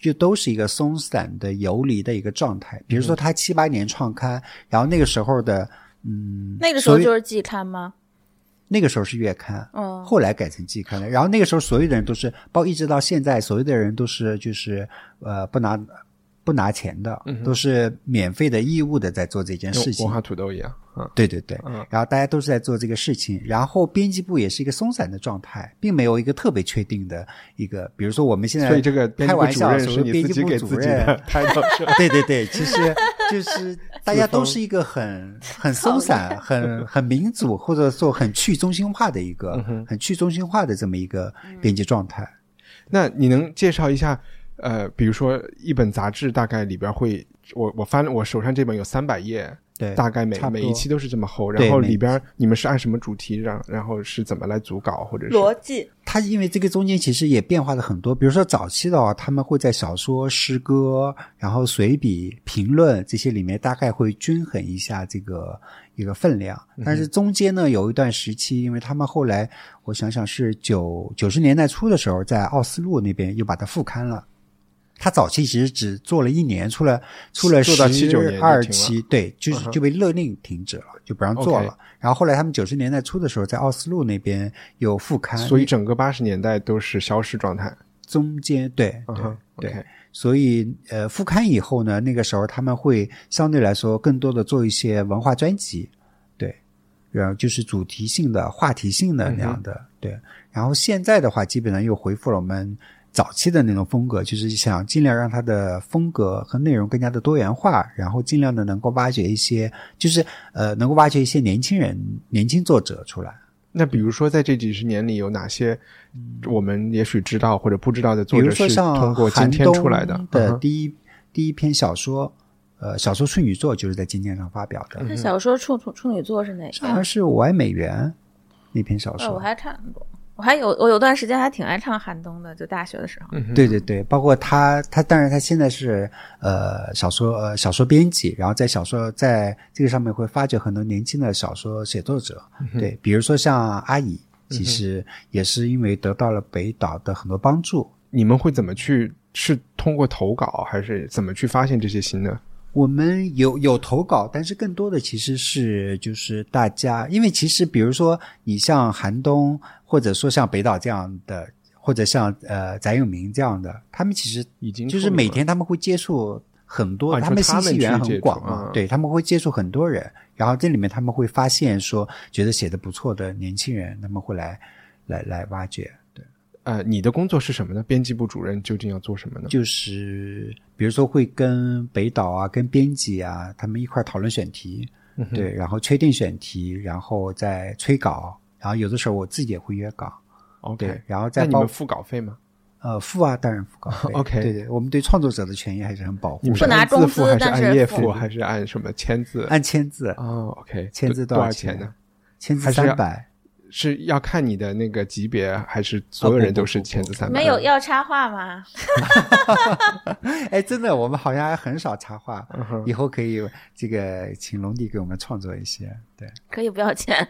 Speaker 4: 就都是一个松散的、游离的一个状态。比如
Speaker 1: 嗯
Speaker 4: 说，他七八年创刊，然后那个时候的，嗯，
Speaker 3: 那个时候
Speaker 4: 所以
Speaker 3: 就是季刊吗？
Speaker 4: 那个时候是月刊，
Speaker 1: 哦
Speaker 3: 嗯
Speaker 4: 后来改成季刊了。然后那个时候，所有的人都是，包括一直到现在，所有的人都是就是呃，不拿不拿钱的，
Speaker 1: 嗯哼
Speaker 4: 都是免费的、义务的在做这件事
Speaker 1: 跟
Speaker 4: 情
Speaker 1: 文。化土豆一样啊。
Speaker 4: 对对对，
Speaker 1: 嗯
Speaker 4: 然后大家都是在做这个事情，然后编辑部也是一个松散的状态，并没有一个特别确定的一个，比如说我们现在
Speaker 1: 所以这个编辑
Speaker 4: 开
Speaker 1: 部
Speaker 4: 玩
Speaker 1: 主
Speaker 4: 笑
Speaker 1: 任
Speaker 4: 所
Speaker 1: 是
Speaker 4: 谓
Speaker 1: 你
Speaker 4: 编
Speaker 1: 自
Speaker 4: 辑
Speaker 1: 己给
Speaker 4: 部
Speaker 1: 自
Speaker 4: 主
Speaker 1: 己的
Speaker 4: 任，
Speaker 1: 开头是吧
Speaker 4: 对对对，其实 就是大家都是一个很很松散、很很民主，或者说很去中心化的一
Speaker 1: 嗯
Speaker 4: 个、很去中心化的这么一个编辑状态。
Speaker 1: 那你能介绍一下，呃，比如说一本杂志大概里边会，我我翻我手上这本有三百页，
Speaker 4: 对，
Speaker 1: 大概每
Speaker 4: 差不
Speaker 1: 每
Speaker 4: 多
Speaker 1: 一期都是这么厚，
Speaker 4: 对
Speaker 1: 然后
Speaker 4: 每一
Speaker 1: 里边你们是按什么主题让，然后是怎么来组稿或者是
Speaker 5: 逻辑，
Speaker 4: 它因为这个中间其实也变化了很多，比如说早期的话，他们会在小说、诗歌，然后随笔、评论这些里面大概会均衡一下这个一个分量。
Speaker 1: 嗯
Speaker 4: 但是中间呢，有一段时期，因为他们后来我想想是九九十年代初的时候，在奥斯陆那边又把它复刊了。他早期其实只做了一年，出了出了
Speaker 1: 做
Speaker 4: 十
Speaker 1: 到79年就停了嗯
Speaker 4: 二期，对，就是就被勒令停止了，就不让做了
Speaker 1: OK。
Speaker 4: 然后后来他们九十年代初的时候，在奥斯陆那边有复刊，
Speaker 1: 所以整个八十年代都是消失状态。
Speaker 4: 中间对
Speaker 1: 嗯哼
Speaker 4: 对对
Speaker 1: OK，
Speaker 4: 所以呃复刊以后呢，那个时候他们会相对来说更多的做一些文化专辑，对，然后就是主题性的、话题性的那样
Speaker 1: 嗯
Speaker 4: 的，对。然后现在的话，基本上又恢复了我们早期的那种风格，就是想尽量让它的风格和内容更加的多元化，然后尽量的能够挖掘一些，就是呃能够挖掘一些年轻人、年轻作者出来。
Speaker 1: 那比如说，在这几十年里，有哪些我们也许知道或者不知道的
Speaker 4: 嗯比
Speaker 1: 作
Speaker 4: 如
Speaker 1: 者
Speaker 4: 说
Speaker 1: 是
Speaker 4: 像
Speaker 1: 通过今
Speaker 4: 寒
Speaker 1: 天
Speaker 4: 冬
Speaker 1: 出来的？嗯哼
Speaker 4: 第一、第一篇小说，呃，小说《处女座》就是在今天上发表的，
Speaker 3: 那小说处处处女座是哪
Speaker 4: 好像
Speaker 3: 个？
Speaker 4: 是《我爱美元》那篇小
Speaker 3: 哦，我
Speaker 4: 说。
Speaker 3: 还看过，我还有我有段时间还挺爱唱寒冬的，就大学的时候。
Speaker 1: 嗯
Speaker 4: 对对对，包括他，他当然他现在是呃小说呃小说编辑，然后在小说在这个上面会发掘很多年轻的小说写作者，
Speaker 1: 嗯
Speaker 4: 对，比如说像阿乙，其实也是因为得到了北岛的很多帮助，
Speaker 1: 你们会怎么去？是通过投稿，还是怎么去发现这些新的？
Speaker 4: 我们有有投稿，但是更多的其实是就是大家，因为其实比如说你像寒冬，或者说像北岛这样的，或者像呃翟永明这样的，他们其实
Speaker 1: 已经
Speaker 4: 就
Speaker 1: 处
Speaker 4: 是
Speaker 1: 理
Speaker 4: 每
Speaker 1: 了
Speaker 4: 天他们会接触很多，
Speaker 1: 啊你说他
Speaker 4: 们信
Speaker 1: 们
Speaker 4: 息源
Speaker 1: 去接
Speaker 4: 很
Speaker 1: 触
Speaker 4: 广嘛
Speaker 1: 啊，
Speaker 4: 对哦他们会接触很多人，然后这里面他们会发现说觉得写的不错的年轻人，他们会来来来挖掘。
Speaker 1: 呃，你的工作是什么呢？编辑部主任究竟要做什么呢？
Speaker 4: 就是比如说会跟北岛啊、跟编辑啊他们一块儿讨论选题，
Speaker 1: 嗯
Speaker 4: 对，然后确定选题，然后再催稿，然后有的时候我自己也会约稿，对
Speaker 1: OK，，
Speaker 4: 然后
Speaker 1: 那
Speaker 4: 再
Speaker 1: 你
Speaker 4: 包
Speaker 1: 们付稿费吗？
Speaker 4: 呃付啊，当然付稿费
Speaker 1: OK
Speaker 4: 对对，我们对创作者的权益还是很保
Speaker 1: 你
Speaker 4: 护
Speaker 1: 们是
Speaker 4: 的，
Speaker 3: 拿
Speaker 1: 按字
Speaker 3: 工
Speaker 1: 付
Speaker 3: 资
Speaker 1: 还是
Speaker 3: 但
Speaker 1: 按
Speaker 3: 是
Speaker 1: 页
Speaker 3: 付
Speaker 1: 付， 还是按什么签字？
Speaker 4: 按签字，
Speaker 1: 哦，OK，
Speaker 4: 签字
Speaker 1: 多
Speaker 4: 多少
Speaker 1: 钱
Speaker 4: 钱啊
Speaker 1: 呢？
Speaker 4: 签字
Speaker 1: 还是
Speaker 4: 三百，
Speaker 1: 是要看你的那个级别，还是所有
Speaker 4: 啊不
Speaker 1: 人都
Speaker 4: 不
Speaker 1: 是
Speaker 4: 不
Speaker 1: 签
Speaker 4: 不
Speaker 1: 字三
Speaker 3: 你
Speaker 1: 百？
Speaker 3: 们有要插话吗？
Speaker 4: 哎，真的，我们好像还很少插话，
Speaker 1: 嗯哼
Speaker 4: 以后可以这个请龙弟给我们创作一些，对，
Speaker 3: 可以不要钱，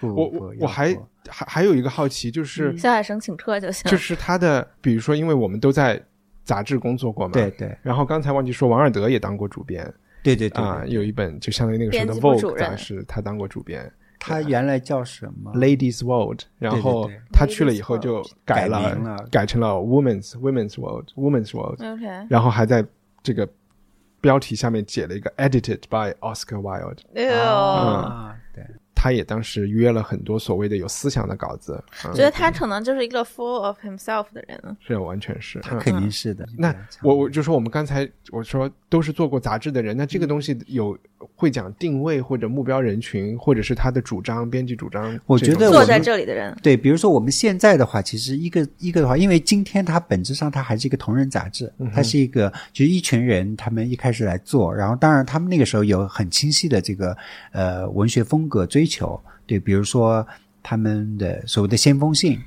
Speaker 4: 不
Speaker 1: 我
Speaker 4: 不
Speaker 1: 我
Speaker 4: 要
Speaker 1: 我还
Speaker 4: 不
Speaker 1: 还还有一个好奇，就是
Speaker 3: 小海生请客就行。
Speaker 1: 就是他的，比如说，因为我们都在杂志工作过嘛，
Speaker 4: 对。对
Speaker 1: 然后刚才忘记说，王尔德也当过主编
Speaker 4: 对对对
Speaker 1: 啊、
Speaker 4: 对
Speaker 1: 有一本就相当于那个时候的
Speaker 3: 编辑部主
Speaker 1: Vogue
Speaker 3: 任
Speaker 1: 杂志，他当过主编
Speaker 4: 他原来叫什么？
Speaker 1: ，Ladies World。然后
Speaker 4: 对对对
Speaker 1: 他去了以后就
Speaker 3: Ladies World
Speaker 1: 改了，
Speaker 4: 改名了
Speaker 1: 成了 Women's Women's World Women's World，、
Speaker 3: OK，
Speaker 1: 然后还在这个标题下面写了一个 Edited by Oscar Wilde。
Speaker 3: 哎呦，
Speaker 4: 啊，对，
Speaker 1: 他也当时约了很多所谓的有思想的稿子，嗯、
Speaker 3: 觉得他可能就是一个 full of himself 的人。
Speaker 1: 是完全是
Speaker 4: 他
Speaker 1: 嗯
Speaker 4: 肯定是的。
Speaker 1: 那我我就说我们刚才我说都是做过杂志的人，那这个东西有会讲定位或者目标人群，或者是他的主张、编辑主张。
Speaker 4: 我觉得
Speaker 1: 种
Speaker 4: 我
Speaker 3: 坐
Speaker 4: 们
Speaker 3: 在这里的人，
Speaker 4: 对，比如说我们现在的话，其实一个一个的话，因为今天它本质上它还是一个同人杂志，
Speaker 1: 嗯
Speaker 4: 它是一个就是一群人他们一开始来做，然后当然他们那个时候有很清晰的这个呃文学风格追求，对，比如说他们的所谓的先锋性。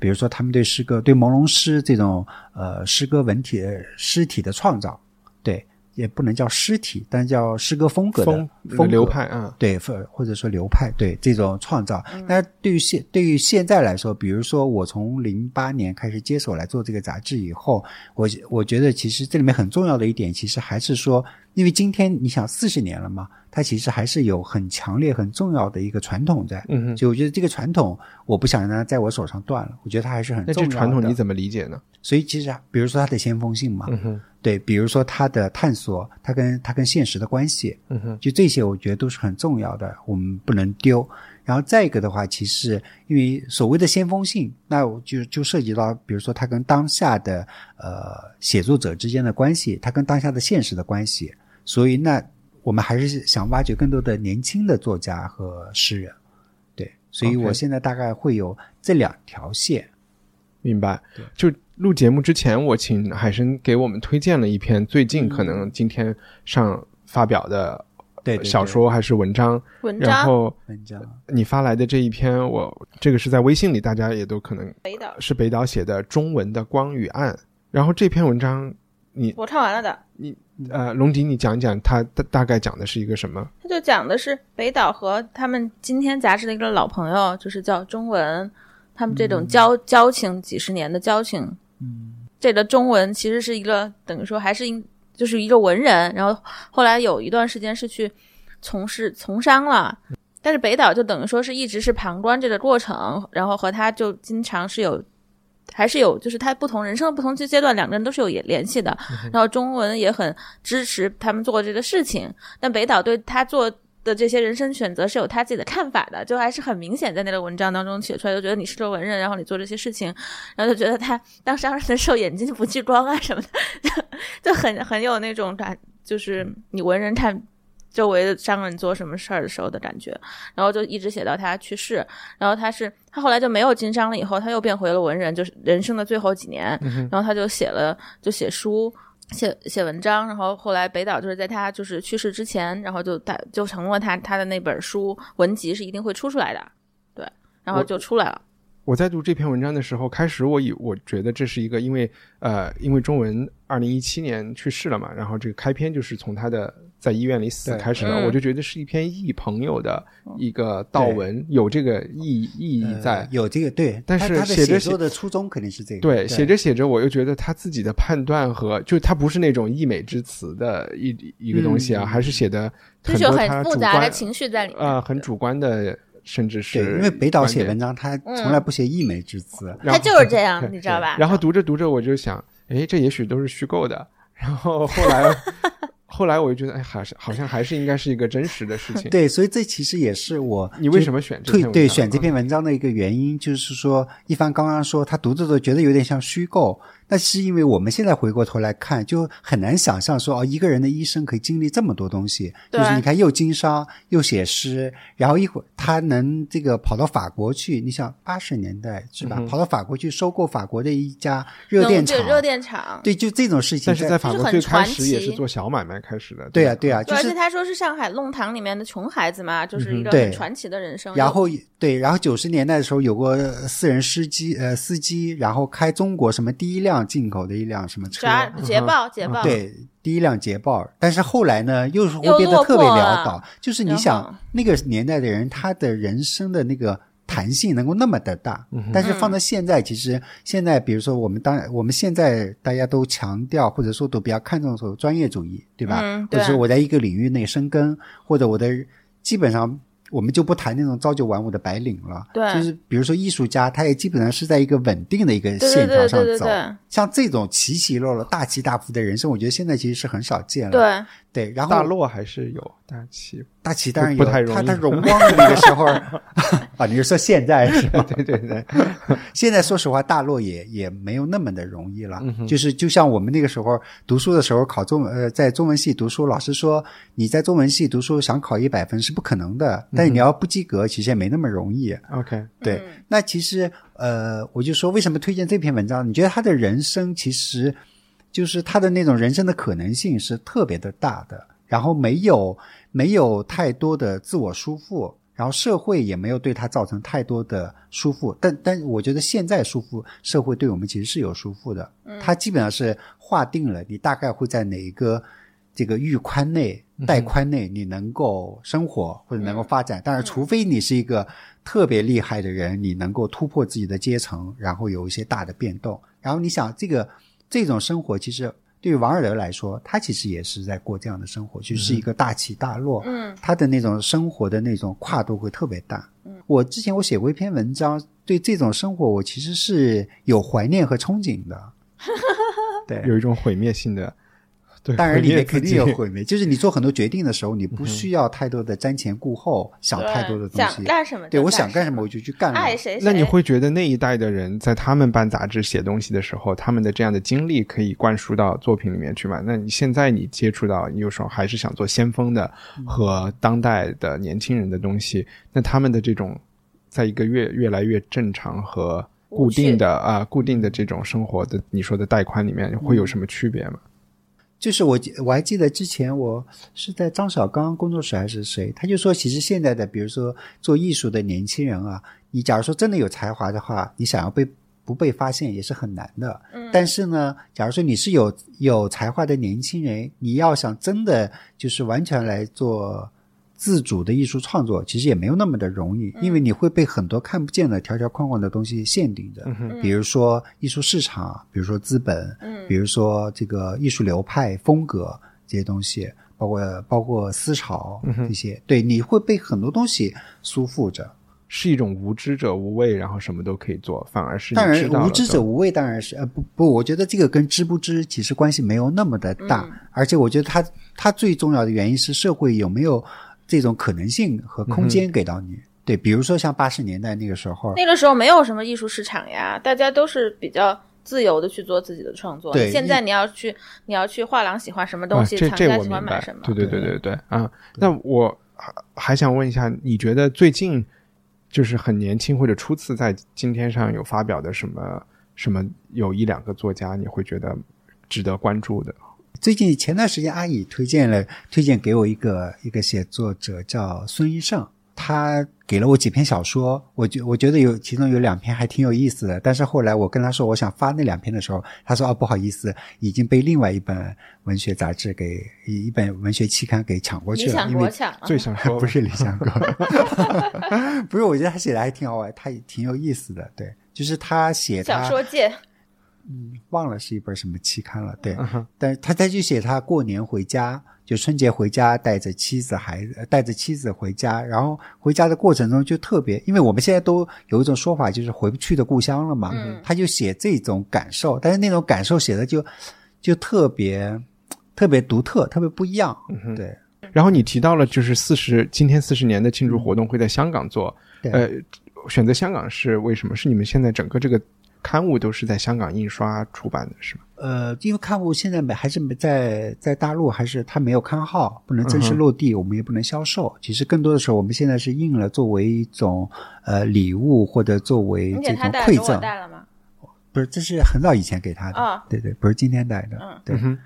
Speaker 4: 比如说，他们对诗歌、对朦胧诗这种呃诗歌文体、诗体的创造，对，也不能叫诗体，但叫诗歌风格的
Speaker 1: 风
Speaker 4: 格
Speaker 1: 流派啊，
Speaker 4: 对，或或者说流派，对这种创造。那对于现对于现在来说，比如说我从零八年开始接手来做这个杂志以后，我我觉得其实这里面很重要的一点，其实还是说，因为今天你想四十年了嘛，它其实还是有很强烈、很重要的一个传统在。
Speaker 1: 嗯哼，
Speaker 4: 所以我觉得这个传统，我不想让它在我手上断了。我觉得它还是很
Speaker 1: 那
Speaker 4: 重
Speaker 1: 这
Speaker 4: 要的。
Speaker 1: 传统你怎么理解呢？
Speaker 4: 所以其实啊，比如说它的先锋性嘛，
Speaker 1: 嗯哼，
Speaker 4: 对，比如说它的探索，它跟它跟现实的关系，
Speaker 1: 嗯哼，
Speaker 4: 就这些，我觉得都是很重要的，我们不能丢。然后再一个的话，其实因为所谓的先锋性，那我就就涉及到，比如说它跟当下的呃写作者之间的关系，它跟当下的现实的关系，所以那我们还是想挖掘更多的年轻的作家和诗人，对，所以
Speaker 1: OK
Speaker 4: 我现在大概会有这两条线。
Speaker 1: 明白。就录节目之前，我请海参给我们推荐了一篇最近可能今天上发表的
Speaker 4: 对对对
Speaker 1: 小说还是文章，
Speaker 3: 文
Speaker 1: 然
Speaker 3: 章
Speaker 1: 后
Speaker 4: 文章，
Speaker 1: 你发来的这一篇，我这个是在微信里，大家也都可能
Speaker 3: 北岛，
Speaker 1: 是北岛写的《中文的光与暗》。然后这篇文章，
Speaker 3: 我看完了的。
Speaker 1: 呃，龙迪，你讲一讲它大大概讲的是一个什么？
Speaker 3: 他就讲的是北岛和他们今天杂志的一个老朋友，就是叫中文，他们这种交、交情几十年的交情，嗯，这个中文其实是一个等于说还是一就是一个文人，然后后来有一段时间是去从事从商了。但是北岛就等于说是一直是旁观这个过程，然后和他就经常是有，还是有，就是他不同人生的不同阶段，两个人都是有联系的。然后中文也很支持他们做这个事情，但北岛对他做的这些人生选择是有他自己的看法的，就还是很明显在那个文章当中写出来，就觉得你是个文人，然后你做这些事情，然后就觉得他当商人的时候眼睛不聚光啊什么的， 就就很很有那种感，就是你文人看周围的商人做什么事儿的时候的感觉，然后就一直写到他去世，然后他是他后来就没有经商了，以后他又变回了文人，就是人生的最后几年，然后他就写了就写书。写写文章，然后后来北岛就是在他就是去世之前，然后就他就承诺他他的那本书文集是一定会出出来的，对，然后
Speaker 1: 我
Speaker 3: 就出来了。
Speaker 1: 我在读这篇文章的时候，开始我以我觉得这是一个因为呃，因为中文二零一七年去世了嘛，然后这个开篇就是从他的在医院里死
Speaker 4: 对哦
Speaker 1: 开始
Speaker 3: 嗯
Speaker 1: 的，我就觉得是一篇忆朋友的一个悼文，有这个意义意义
Speaker 4: 呃
Speaker 1: 在。
Speaker 4: 有这个对，
Speaker 1: 但
Speaker 4: 他
Speaker 1: 是
Speaker 4: 他的
Speaker 1: 写着
Speaker 4: 写
Speaker 1: 写
Speaker 4: 作的初衷肯定是这个，
Speaker 1: 对，写着写着，我又觉得他自己的判断和就他不是那种溢美之词的一一个东西啊，
Speaker 4: 嗯
Speaker 1: 还是写的
Speaker 3: 就是有
Speaker 1: 多
Speaker 3: 很
Speaker 1: 他
Speaker 3: 复
Speaker 1: 主
Speaker 3: 杂的
Speaker 1: 观
Speaker 3: 情绪在里面。
Speaker 1: 呃很主观的，甚至是哦
Speaker 4: 对，因为北岛
Speaker 1: 观
Speaker 4: 写
Speaker 1: 点
Speaker 4: 文章，他
Speaker 3: 嗯
Speaker 4: 从来不写溢美之词。
Speaker 1: 然
Speaker 3: 他
Speaker 1: 后
Speaker 3: 就是这样，你知道吧？
Speaker 1: 然后读着读着，我就想，哎，这也许都是虚构的。然后后来， 后来我就觉得，哎，还是好像还是应该是一个真实的事情。
Speaker 4: 对，所以这其实也是我
Speaker 1: 你为
Speaker 4: 就
Speaker 1: 什么选这
Speaker 4: 推
Speaker 1: 篇文
Speaker 4: 对
Speaker 1: 章
Speaker 4: 选这篇文章的一个原因，就是说，一帆刚刚说他读着读着觉得有点像虚构，那是因为我们现在回过头来看，就很难想象说哦，一个人的一生可以经历这么多东西，就
Speaker 3: 对
Speaker 4: 是你看又经商又写诗，然后一会儿他能这个跑到法国去，你想八十年代是
Speaker 1: 嗯
Speaker 4: 吧？跑到法国去收购法国的一家热
Speaker 3: 能
Speaker 4: 电
Speaker 3: 就
Speaker 4: 厂，
Speaker 3: 热电厂，
Speaker 4: 对，就这种事情，
Speaker 1: 但是在法
Speaker 3: 就是
Speaker 1: 国最
Speaker 3: 很
Speaker 1: 开
Speaker 3: 传
Speaker 1: 始也是
Speaker 3: 奇
Speaker 1: 做小买卖开始的。
Speaker 4: 对
Speaker 1: 吧
Speaker 4: 啊，对啊，就
Speaker 3: 对，而
Speaker 4: 是嗯
Speaker 3: 且他说是上海弄堂里面的穷孩子嘛，就是一个
Speaker 4: 对
Speaker 3: 很传奇的人生。
Speaker 4: 然后对，然后九十年代的时候有过呃私人司机，呃，司机，然后开中国什么第一辆进口的一辆什么车，
Speaker 3: 啥捷豹，捷豹，
Speaker 4: 嗯对，第一辆捷豹。但是后来呢，又是会
Speaker 3: 又
Speaker 4: 变得
Speaker 3: 落
Speaker 4: 特别
Speaker 3: 魄
Speaker 4: 潦
Speaker 3: 了
Speaker 4: 倒，就是你
Speaker 3: 然后
Speaker 4: 想那个年代的人，他的人生的那个。弹性能够那么的大，但是
Speaker 3: 嗯
Speaker 4: 放到现在，其实现在，比如说我们当我们现在大家都强调或者说都比较看重说专业主义，对吧？
Speaker 3: 嗯
Speaker 4: 或者
Speaker 3: 对
Speaker 4: 说我在一个领域内深耕，或者我的基本上我们就不谈那种朝九晚五的白领了，
Speaker 3: 对
Speaker 4: 就是比如说艺术家，他也基本上是在一个稳定的一个
Speaker 3: 对
Speaker 4: 线条
Speaker 3: 对
Speaker 4: 上走，
Speaker 3: 对对对
Speaker 4: 像这种起起落落、大起大伏的人生，我觉得现在其实是很少见了。
Speaker 3: 对，
Speaker 4: 对，然后
Speaker 1: 大落还是有大起。
Speaker 4: 大起当然
Speaker 1: 不
Speaker 4: 有，
Speaker 1: 不太容易
Speaker 4: 他他荣光的那个时候 啊，你是说现在是吧？
Speaker 1: 对对对，
Speaker 4: 现在说实话，大落也也没有那么的容易
Speaker 1: 嗯
Speaker 4: 了。就是就像我们那个时候读书的时候，考中文呃，在中文系读书，老师说你在中文系读书想考一百分是不可能的，
Speaker 1: 嗯
Speaker 4: 但是你要不及格，其实也没那么容易。
Speaker 1: OK，
Speaker 4: 对，那其实呃，我就说为什么推荐这篇文章？你觉得他的人生其实就是他的那种人生的可能性是特别的大的，然后没有没有太多的自我束缚，然后社会也没有对他造成太多的束缚。但但我觉得现在束缚社会对我们其实是有束缚的，它基本上是划定了你大概会在哪一个。这个域宽内、带宽内，你能够生活或者能够发展。
Speaker 3: 嗯
Speaker 4: 当然，除非你是一个特别厉害的人，你能够突破自己的阶层，然后有一些大的变动。然后你想，这个这种生活其实对于王尔德来说，他其实也是在过这样的生活，就是一个大起大落。
Speaker 3: 嗯，
Speaker 4: 他的那种生活的那种跨度会特别大。嗯，我之前我写过一篇文章，对这种生活我其实是有怀念和憧 憬的。对，
Speaker 1: 有一种毁灭性的，对，
Speaker 4: 当然
Speaker 1: 毁
Speaker 4: 里
Speaker 1: 灭
Speaker 4: 面
Speaker 1: 自
Speaker 4: 肯
Speaker 1: 己
Speaker 4: 定有毁灭，就是你做很多决定的时候，你不需要太多的瞻前顾后，想太多的东
Speaker 3: 想
Speaker 4: 西。
Speaker 3: 干什么就
Speaker 4: 对我想
Speaker 3: 干
Speaker 4: 干什么我就去干了。
Speaker 3: 爱谁谁。
Speaker 1: 那你会觉得那一代的人在他们办杂志、写东西的时候，他们的这样的经历可以灌输到作品里面去吗？那你现在你接触到，你有时候还是想做先锋的和当代的年轻人的东西，那他们的这种在一个越越来越正常和固定的啊、固定的这种生活的你说的带宽里面，会有什么区别吗？
Speaker 4: 就是我记我还记得之前我是在张小刚工作室还是谁，他就说，其实现在的比如说做艺术的年轻人啊，你假如说真的有才华的话，你想要被不被发现也是很难的。嗯，但是呢，假如说你是有有才华的年轻人，你要想真的就是完全来做。自主的艺术创作其实也没有那么的容易，因为你会被很多看不见的条条框框的东西限定着。比如说艺术市场，比如说资本，嗯，比如说这个艺术流派、风格这些东西，包括包括思潮这些，对，你会被很多东西束缚着。
Speaker 1: 是一种无知者无畏，然后什么都可以做，反而是你
Speaker 4: 当
Speaker 1: 知
Speaker 4: 然，
Speaker 1: 道了
Speaker 4: 无知
Speaker 1: 之
Speaker 4: 者
Speaker 1: 后
Speaker 4: 无畏当然是呃不不，我觉得这个跟知不知其实关系没有那么的大，而且我觉得它它最重要的原因是社会有没有这种可能性和
Speaker 1: 嗯
Speaker 4: 空间给到你。对，比如说像八十年代那个时候，
Speaker 3: 那个时候没有什么艺术市场呀，大家都是比较自由的去做自己的创作。
Speaker 4: 对
Speaker 3: 现在你要去，你要去画廊喜欢什么东西，
Speaker 1: 啊、这
Speaker 3: 藏
Speaker 1: 这
Speaker 3: 家
Speaker 1: 我
Speaker 3: 喜
Speaker 1: 明
Speaker 3: 欢
Speaker 1: 白
Speaker 3: 买什么。
Speaker 1: 对对对对对啊！那我还还想问一下，你觉得最近就是很年轻或者初次在今天上有发表的什么什么有一两个作家，你会觉得值得关注
Speaker 3: 啊
Speaker 1: 的？
Speaker 4: 最近前段时间，阿姨推荐了推荐给我一个一个写作者叫孙一胜，他给了我几篇小说，我觉我觉得有其中有两篇还挺有意思的，但是后来我跟他说我想发那两篇的时候，他说哦不好意思，已经被另外一本文学杂志给一一本文学期刊给抢过
Speaker 3: 理
Speaker 4: 去了，
Speaker 3: 想
Speaker 4: 因为
Speaker 3: 国抢啊，
Speaker 1: 最 想说
Speaker 4: 不是理想国，不是，我觉得他写的还挺好玩，他也挺有意思的，对，就是他写
Speaker 3: 小
Speaker 4: 他
Speaker 3: 说界
Speaker 4: 忘了是一本什么期刊了，对，
Speaker 1: 嗯哼
Speaker 4: 但他他就写他过年回家，就春节回家，带着妻子孩子，呃带着妻子回家，然后回家的过程中就特别，因为我们现在都有一种说法，就是回不去的故乡了嘛，
Speaker 3: 嗯
Speaker 4: 他就写这种感受，但是那种感受写的就就特别特别独特，特别不一样，
Speaker 1: 嗯哼
Speaker 4: 对，
Speaker 1: 然后你提到了就是四十今天四十年的庆祝活动会在香港做，
Speaker 3: 嗯
Speaker 4: 对
Speaker 1: 呃，选择香港是为什么？是你们现在整个这个刊物都是在香港印刷出版的，是吗？
Speaker 4: 呃，因为刊物现在没还是没在在大陆，还是它没有刊号，不能正
Speaker 1: 嗯
Speaker 4: 式
Speaker 1: 哼
Speaker 4: 落地，我们也不能销售。其实更多的时候，我们现在是印了作为一种呃礼物或者作为
Speaker 3: 你
Speaker 4: 这
Speaker 3: 给
Speaker 4: 种
Speaker 3: 他带了，给
Speaker 4: 馈
Speaker 3: 我
Speaker 4: 赠，
Speaker 3: 带了吗？
Speaker 4: 不是，这是很早以前给他的，
Speaker 3: 啊
Speaker 4: 对对，不是今天带的，
Speaker 3: 嗯
Speaker 4: 对。
Speaker 1: 哼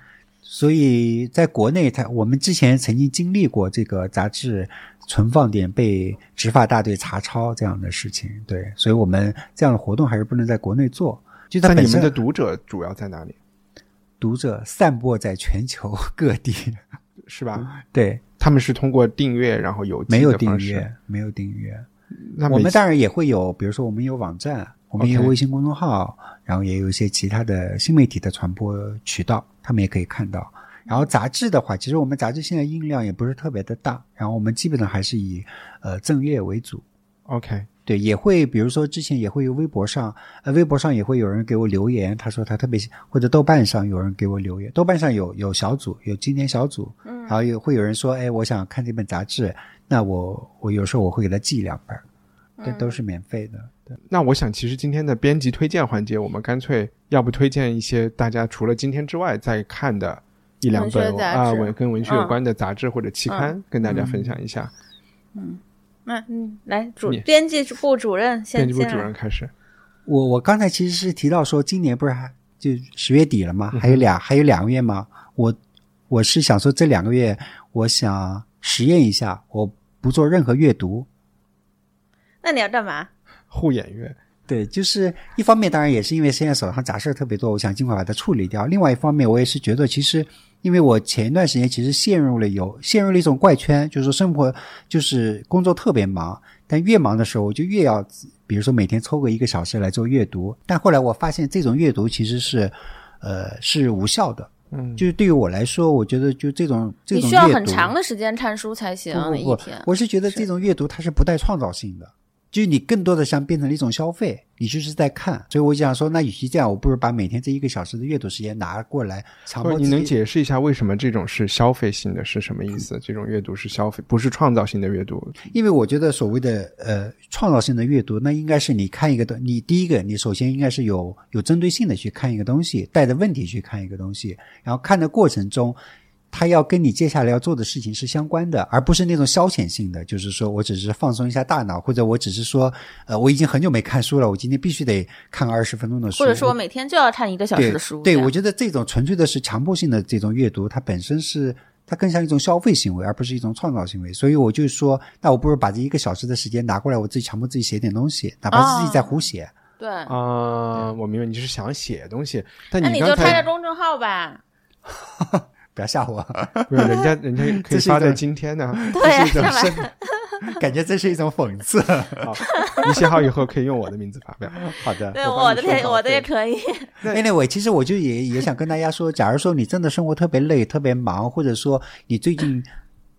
Speaker 4: 所以在国内它，我们之前曾经经历过这个杂志存放点被执法大队查抄这样的事情，对，所以我们这样的活动还是不能在国内做。就它
Speaker 1: 那
Speaker 4: 本
Speaker 1: 你
Speaker 4: 身
Speaker 1: 们的读者主要在哪里？
Speaker 4: 读者散播在全球各地。
Speaker 1: 是
Speaker 4: 嗯
Speaker 1: 吧？
Speaker 4: 对，
Speaker 1: 他们是通过订阅然后邮寄
Speaker 4: 没有
Speaker 1: 的
Speaker 4: 订
Speaker 1: 方式
Speaker 4: 阅，没有订阅。
Speaker 1: 那
Speaker 4: 我
Speaker 1: 每
Speaker 4: 们
Speaker 1: 次
Speaker 4: 当然也会有，比如说我们有网站，我们也有
Speaker 1: OK
Speaker 4: 微信公众号然后也有一些其他的新媒体的传播渠道，他们也可以看到。然后杂志的话，其实我们杂志现在印量也不是特别的大，然后我们基本上还是以呃正月为主。
Speaker 1: OK，
Speaker 4: 对，也会，比如说之前也会有微博上，呃，微博上也会有人给我留言，他说他特别喜，或者豆瓣上有人给我留言，豆瓣上有有小组，有经典小组，嗯，然后也会有人说，哎，我想看这本杂志，那我我有时候我会给他寄两本儿，这都是免费的。
Speaker 1: 那我想，其实今天的编辑推荐环节，我们干脆要不推荐一些大家除了今天之外在看的一两
Speaker 3: 文
Speaker 1: 本
Speaker 3: 学杂
Speaker 1: 啊
Speaker 3: 志嗯
Speaker 1: 文跟文学有关的杂志或者期刊，跟大家分享一下。
Speaker 3: 那嗯，来主
Speaker 1: 你
Speaker 3: 编辑部主任先
Speaker 1: 编辑部
Speaker 3: 进
Speaker 1: 主
Speaker 3: 来
Speaker 1: 任。开始，
Speaker 4: 我我刚才其实是提到说，今年不是还就十月底了吗？还有俩、还有两个月吗？我我是想说这两个月，我想实验一下，我不做任何阅读，
Speaker 3: 那你要干嘛？
Speaker 1: 护眼月，
Speaker 4: 对，就是一方面，当然也是因为现在手上杂事儿特别多，我想尽快把它处理掉。另外一方面，我也是觉得，其实因为我前一段时间其实陷入了有陷入了一种怪圈，就是说生活就是工作特别忙，但越忙的时候我就越要，比如说每天抽个一个小时来做阅读。但后来我发现，这种阅读其实是，呃，是无效的。
Speaker 1: 嗯，
Speaker 4: 就是对于我来说，我觉得就这种这
Speaker 3: 你
Speaker 4: 种
Speaker 3: 需要
Speaker 4: 阅
Speaker 3: 很
Speaker 4: 读
Speaker 3: 长的时间看书才行，
Speaker 4: 不
Speaker 3: 每一
Speaker 4: 不不
Speaker 3: 天，。
Speaker 4: 我是觉得这种阅读它是不带创造性的，就是你更多的像变成了一种消费，你就是在看。所以我想说，那与其这样，我不如把每天这一个小时的阅读时间拿过来，强
Speaker 1: 或
Speaker 4: 迫
Speaker 1: 者你
Speaker 4: 自
Speaker 1: 能
Speaker 4: 己
Speaker 1: 解释一下为什么这种是消费性的，是什么意
Speaker 4: 嗯
Speaker 1: 思？这种阅读是消费，不是创造性的阅读。
Speaker 4: 因为我觉得所谓的呃创造性的阅读，那应该是你看一个东，你第一个你首先应该是有有针对性的去看一个东西，带着问题去看一个东西，然后看的过程中，它要跟你接下来要做的事情是相关的，而不是那种消遣性的，就是说我只是放松一下大脑，或者我只是说呃我已经很久没看书了，我今天必须得看二十分钟的书，
Speaker 3: 或者说我每天就要看一个小时
Speaker 4: 对
Speaker 3: 的书，
Speaker 4: 对，
Speaker 3: 这样
Speaker 4: 我觉得这种纯粹的是强迫性的这种阅读，它本身是它更像一种消费行为，而不是一种创造行为。所以我就说，那我不如把这一个小时的时间拿过来，我自己强迫自己写点东西，哪怕是自己在
Speaker 3: 哦
Speaker 4: 胡写。
Speaker 3: 对。
Speaker 1: 啊、我明白你是想写东西，但
Speaker 3: 嗯那
Speaker 1: 你刚
Speaker 3: 就开
Speaker 1: 才
Speaker 3: 个公众号吧，
Speaker 4: 不要吓我，
Speaker 1: 不是人家人 家可以
Speaker 4: 这是一
Speaker 1: 发在
Speaker 4: 个
Speaker 1: 今天呢、
Speaker 4: 这是一
Speaker 3: 对
Speaker 4: 种
Speaker 3: 啊是
Speaker 4: 深， 感觉这是一种讽 刺。
Speaker 1: 好，你写好以后可以用我的名字发表。
Speaker 4: 好的，
Speaker 3: 对
Speaker 1: 我帮
Speaker 3: 我
Speaker 1: 你
Speaker 3: 的
Speaker 1: 说
Speaker 3: 也
Speaker 1: 好
Speaker 3: 我的
Speaker 1: 对
Speaker 3: 也可以，
Speaker 4: Anyway，其实我就也也想跟大家说，假如说你真的生活特别累、特别忙，或者说你最近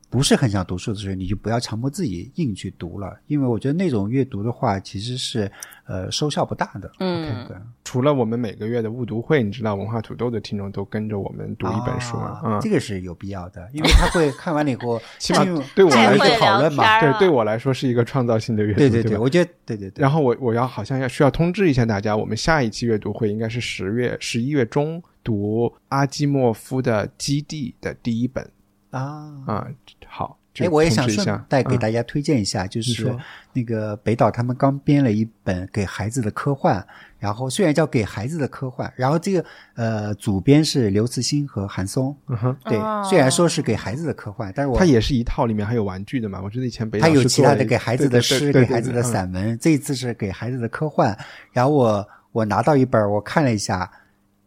Speaker 4: 不是很想读书的时候，你就不要强迫自己硬去读了，因为我觉得那种阅读的话，其实是呃收效不大的。
Speaker 3: 嗯
Speaker 4: 对，
Speaker 1: 除了我们每个月的误读会，你知道文化土豆的听众都跟着我们读一本书嘛？
Speaker 4: 啊
Speaker 1: 嗯，
Speaker 4: 这个是有必要的，因为他会 看完了以后，
Speaker 1: 起码
Speaker 4: 因为
Speaker 1: 对我
Speaker 4: 进入
Speaker 1: 来
Speaker 4: 一
Speaker 1: 说
Speaker 4: 个讨论嘛
Speaker 3: 太会聊天儿，
Speaker 1: 对对我来说是一个创造性的阅读，
Speaker 4: 对
Speaker 1: 对
Speaker 4: 对对，
Speaker 1: 吧
Speaker 4: 我觉得对对对，
Speaker 1: 然后我我要好像要需要通知一下大家，我们下一期阅读会应该是十月十一月中读阿基莫夫的《基地》的第一本
Speaker 4: 啊。
Speaker 1: 啊、好，就
Speaker 4: 哎，我也想
Speaker 1: 通知一
Speaker 4: 顺
Speaker 1: 下
Speaker 4: 带给
Speaker 1: 嗯
Speaker 4: 大家推荐一下，就
Speaker 1: 你
Speaker 4: 是
Speaker 1: 说
Speaker 4: 那个北岛他们刚编了一本给孩子的科幻，然后虽然叫给孩子的科幻，然后这个呃主编是刘慈欣和韩松，
Speaker 1: 嗯哼，
Speaker 4: 对
Speaker 3: 哦，
Speaker 4: 虽然说是给孩子的科幻，但是我
Speaker 1: 它也是一套，里面还有玩具的嘛。我觉得以前北岛
Speaker 4: 他有
Speaker 1: 是
Speaker 4: 其
Speaker 1: 做
Speaker 4: 他
Speaker 1: 了
Speaker 4: 的
Speaker 1: 一
Speaker 4: 给孩子的诗，给孩子
Speaker 1: 嗯
Speaker 4: 的，散文，这一次是给孩子的科幻。然后我我拿到一本儿，我看了一下，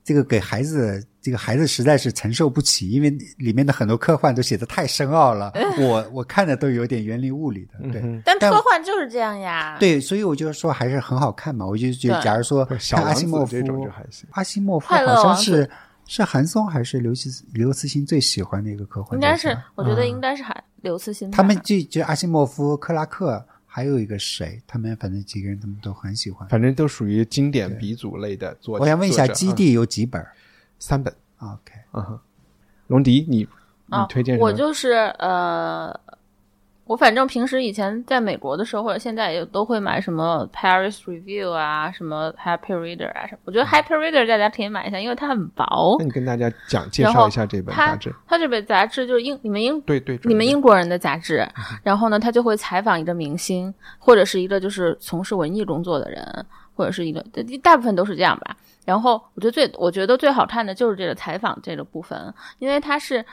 Speaker 4: 这个给孩子，这个孩子实在是承受不起，因为里面的很多科幻都写的太深奥 了，我我看着都有点云里雾里的。
Speaker 1: 对对对
Speaker 4: 对、
Speaker 1: 对嗯
Speaker 3: 但
Speaker 4: 但
Speaker 3: 科幻就是这样呀。，
Speaker 4: 对，所以我就说还是很好看嘛。我就觉得，
Speaker 3: 对
Speaker 4: 假如说
Speaker 1: 哼，小
Speaker 4: 看阿
Speaker 1: 王
Speaker 4: 西
Speaker 1: 子
Speaker 4: 莫夫
Speaker 1: 这种就还行。
Speaker 4: 阿西莫夫
Speaker 3: 快乐
Speaker 4: 好像
Speaker 3: 王子
Speaker 4: 是是韩松还是刘慈刘慈欣最喜欢的一个科幻
Speaker 3: 应
Speaker 4: 作家，啊
Speaker 3: 该是，我
Speaker 1: 啊
Speaker 3: 觉得应该是还刘慈欣吧。
Speaker 4: 他们就就阿西莫夫、克拉克，还有一个谁，他们反正几个人他们都很喜欢。
Speaker 1: 反正都属于经典鼻祖类的作。
Speaker 4: 我想问一
Speaker 1: 作
Speaker 4: 下，《
Speaker 1: 者
Speaker 4: 基
Speaker 1: 嗯
Speaker 4: 地》有几本儿啊
Speaker 1: 三本，
Speaker 4: ？OK，
Speaker 1: 嗯哼，龙迪，你你
Speaker 3: 啊，
Speaker 1: 推荐什
Speaker 3: 我
Speaker 1: 么
Speaker 3: 就是呃，我反正平时以前在美国的时候，或者现在也都会买什么 Paris Review 啊，什么 Happy Reader 啊什么。我觉得 Happy Reader 大家可以买一下，因为它很薄
Speaker 1: 嗯那。你跟大家讲介
Speaker 3: 然
Speaker 1: 绍
Speaker 3: 后
Speaker 1: 一下这本杂
Speaker 3: 它
Speaker 1: 志。
Speaker 3: 它这本杂志就是英你们英
Speaker 1: 对对，
Speaker 3: 你
Speaker 1: 准
Speaker 3: 们
Speaker 1: 备
Speaker 3: 英国人的杂 志，
Speaker 1: 啊
Speaker 3: 然后呢，他就会采访一个明星，或者是一个就是从事文艺工作的人，或者是一个，大大部分都是这样吧。然后我觉得最我觉得最好看的就是这个采访这个部分，因为他是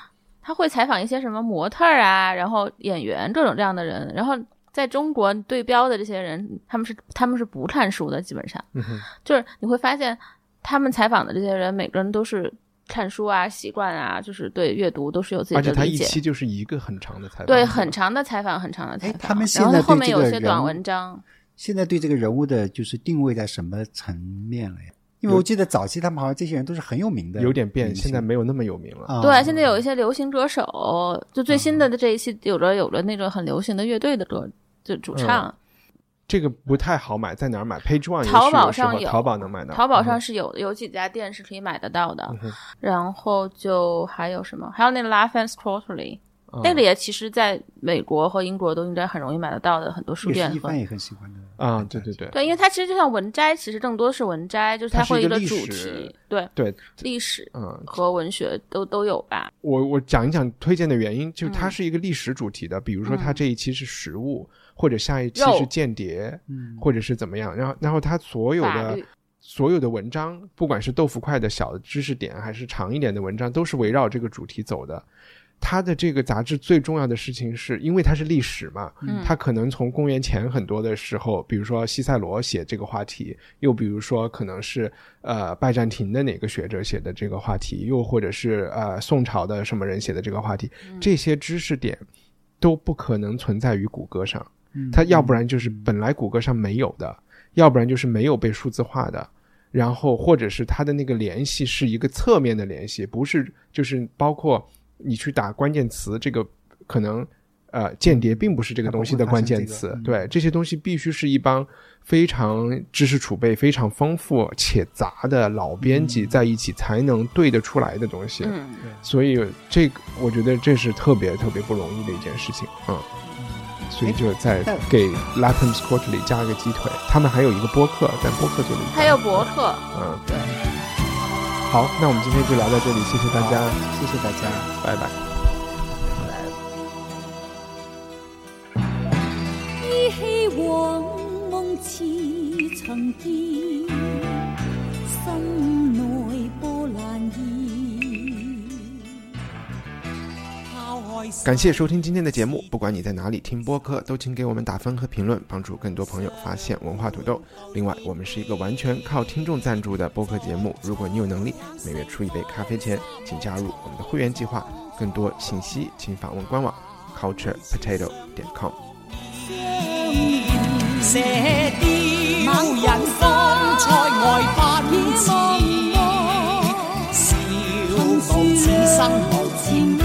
Speaker 3: 他会采访一些什么模特儿啊，然后演员各种这样的人，然后。在中国对标的这些人，他们是他们是不看书的，基本上，
Speaker 1: 嗯哼
Speaker 3: 就是你会发现，他们采访的这些人，每个人都是看书啊、习惯啊，就是对阅读都是有自己
Speaker 1: 而
Speaker 3: 的理
Speaker 1: 且
Speaker 3: 解。
Speaker 1: 它一期就是一个很长的采访，
Speaker 3: 对，很长的采访，很长的采
Speaker 4: 哎
Speaker 3: 访。
Speaker 4: 他们现
Speaker 3: 然后
Speaker 4: 在
Speaker 3: 它后
Speaker 4: 对
Speaker 3: 面
Speaker 4: 这
Speaker 3: 有
Speaker 4: 个
Speaker 3: 一些短
Speaker 4: 人
Speaker 3: 文章，
Speaker 4: 现在对这个人物的就是定位在什么层面了呀？因为我记得早期他们好像这些人都是很有名的明星，
Speaker 1: 有点变，现在没有那么有名了。
Speaker 4: 啊，
Speaker 3: 对，现在有一些流行歌手，就最新
Speaker 1: 啊
Speaker 3: 的这一期有着有着那种很流行的乐队的歌，就
Speaker 1: 嗯
Speaker 3: 主唱，
Speaker 1: 这个不太好买，在哪儿买？Page One 也许
Speaker 3: 淘宝
Speaker 1: 有时候
Speaker 3: 上有
Speaker 1: 淘宝能买到，
Speaker 3: 淘宝上是有有几家店是可以买得到的。
Speaker 1: 嗯哼
Speaker 3: 然后就还有什么？还有那个 Laugh and Quarterly，、
Speaker 1: 嗯
Speaker 3: 那个也其实在美国和英国都应该很容易买得到的很多书
Speaker 4: 也
Speaker 3: 店
Speaker 4: 是一
Speaker 3: 和。
Speaker 4: 帆也很喜欢的
Speaker 1: 啊，对对对
Speaker 3: 对，因为它其实就像文摘，其实更多是文摘，就是
Speaker 1: 它是
Speaker 3: 会
Speaker 1: 一
Speaker 3: 有
Speaker 1: 个历
Speaker 3: 主
Speaker 1: 史
Speaker 3: 题，对
Speaker 1: 对，
Speaker 3: 历史
Speaker 1: 嗯，
Speaker 3: 和文学都都有吧。
Speaker 1: 我我讲一讲推荐的原因，就
Speaker 3: 嗯
Speaker 1: 它是一个历史主题的，比如说它这一期是食物，或者下一期
Speaker 3: 肉
Speaker 1: 是间谍，
Speaker 4: 嗯
Speaker 1: 或者是怎么样，然后然后它所有
Speaker 3: 法
Speaker 1: 的
Speaker 3: 律。
Speaker 1: 所有的文章，不管是豆腐块的小的知识点，还是长一点的文章，都是围绕这个主题走的。它的这个杂志最重要的事情是，因为它是历史嘛，
Speaker 3: 嗯
Speaker 1: 它可能从公元前很多的时候，比如说西塞罗写这个话题，又比如说可能是呃拜占庭的哪个学者写的这个话题，又或者是呃宋朝的什么人写的这个话题，这些知识点都不可能存在于谷歌上。
Speaker 4: 嗯
Speaker 1: 它要不然就是本来谷歌上没有的，要不然就是没有被数字化的。然后或者是它的那个联系是一个侧面的联系，不是就是包括你去打关键词，这个可能呃间谍并不是这个东西的关键词，
Speaker 4: 它不会发现这个嗯
Speaker 1: 对这些东西必须是一帮非常知识储备非常丰富且杂的老编
Speaker 4: 嗯
Speaker 1: 辑在一起才能对得出来的东西，
Speaker 3: 嗯，
Speaker 1: 所以这个我觉得这是特别特别不容易的一件事情，嗯。所以
Speaker 3: 哎
Speaker 1: 就在
Speaker 4: 但
Speaker 1: 给 Lapham's Quarterly 加个鸡腿，他们还有一个播客，在播客做了一个
Speaker 3: 还有博客，
Speaker 1: 嗯，对。好，那我们今天就聊到这里，谢谢大家，
Speaker 4: 谢谢大家。
Speaker 1: 拜拜。
Speaker 5: 依稀往梦似曾见，心內波瀾現。拋開心
Speaker 1: 感谢收听今天的节目，不管你在哪里听播客，都请给我们打分和评论，帮助更多朋友发现文化土豆。另外，我们是一个完全靠听众赞助的播客节目，如果你有能力，每月出一杯咖啡钱，请加入我们的会员计划。更多信息请访问官网 culturepotato 点 com。
Speaker 5: 射雕人方塞外不似，笑傲此生无情意。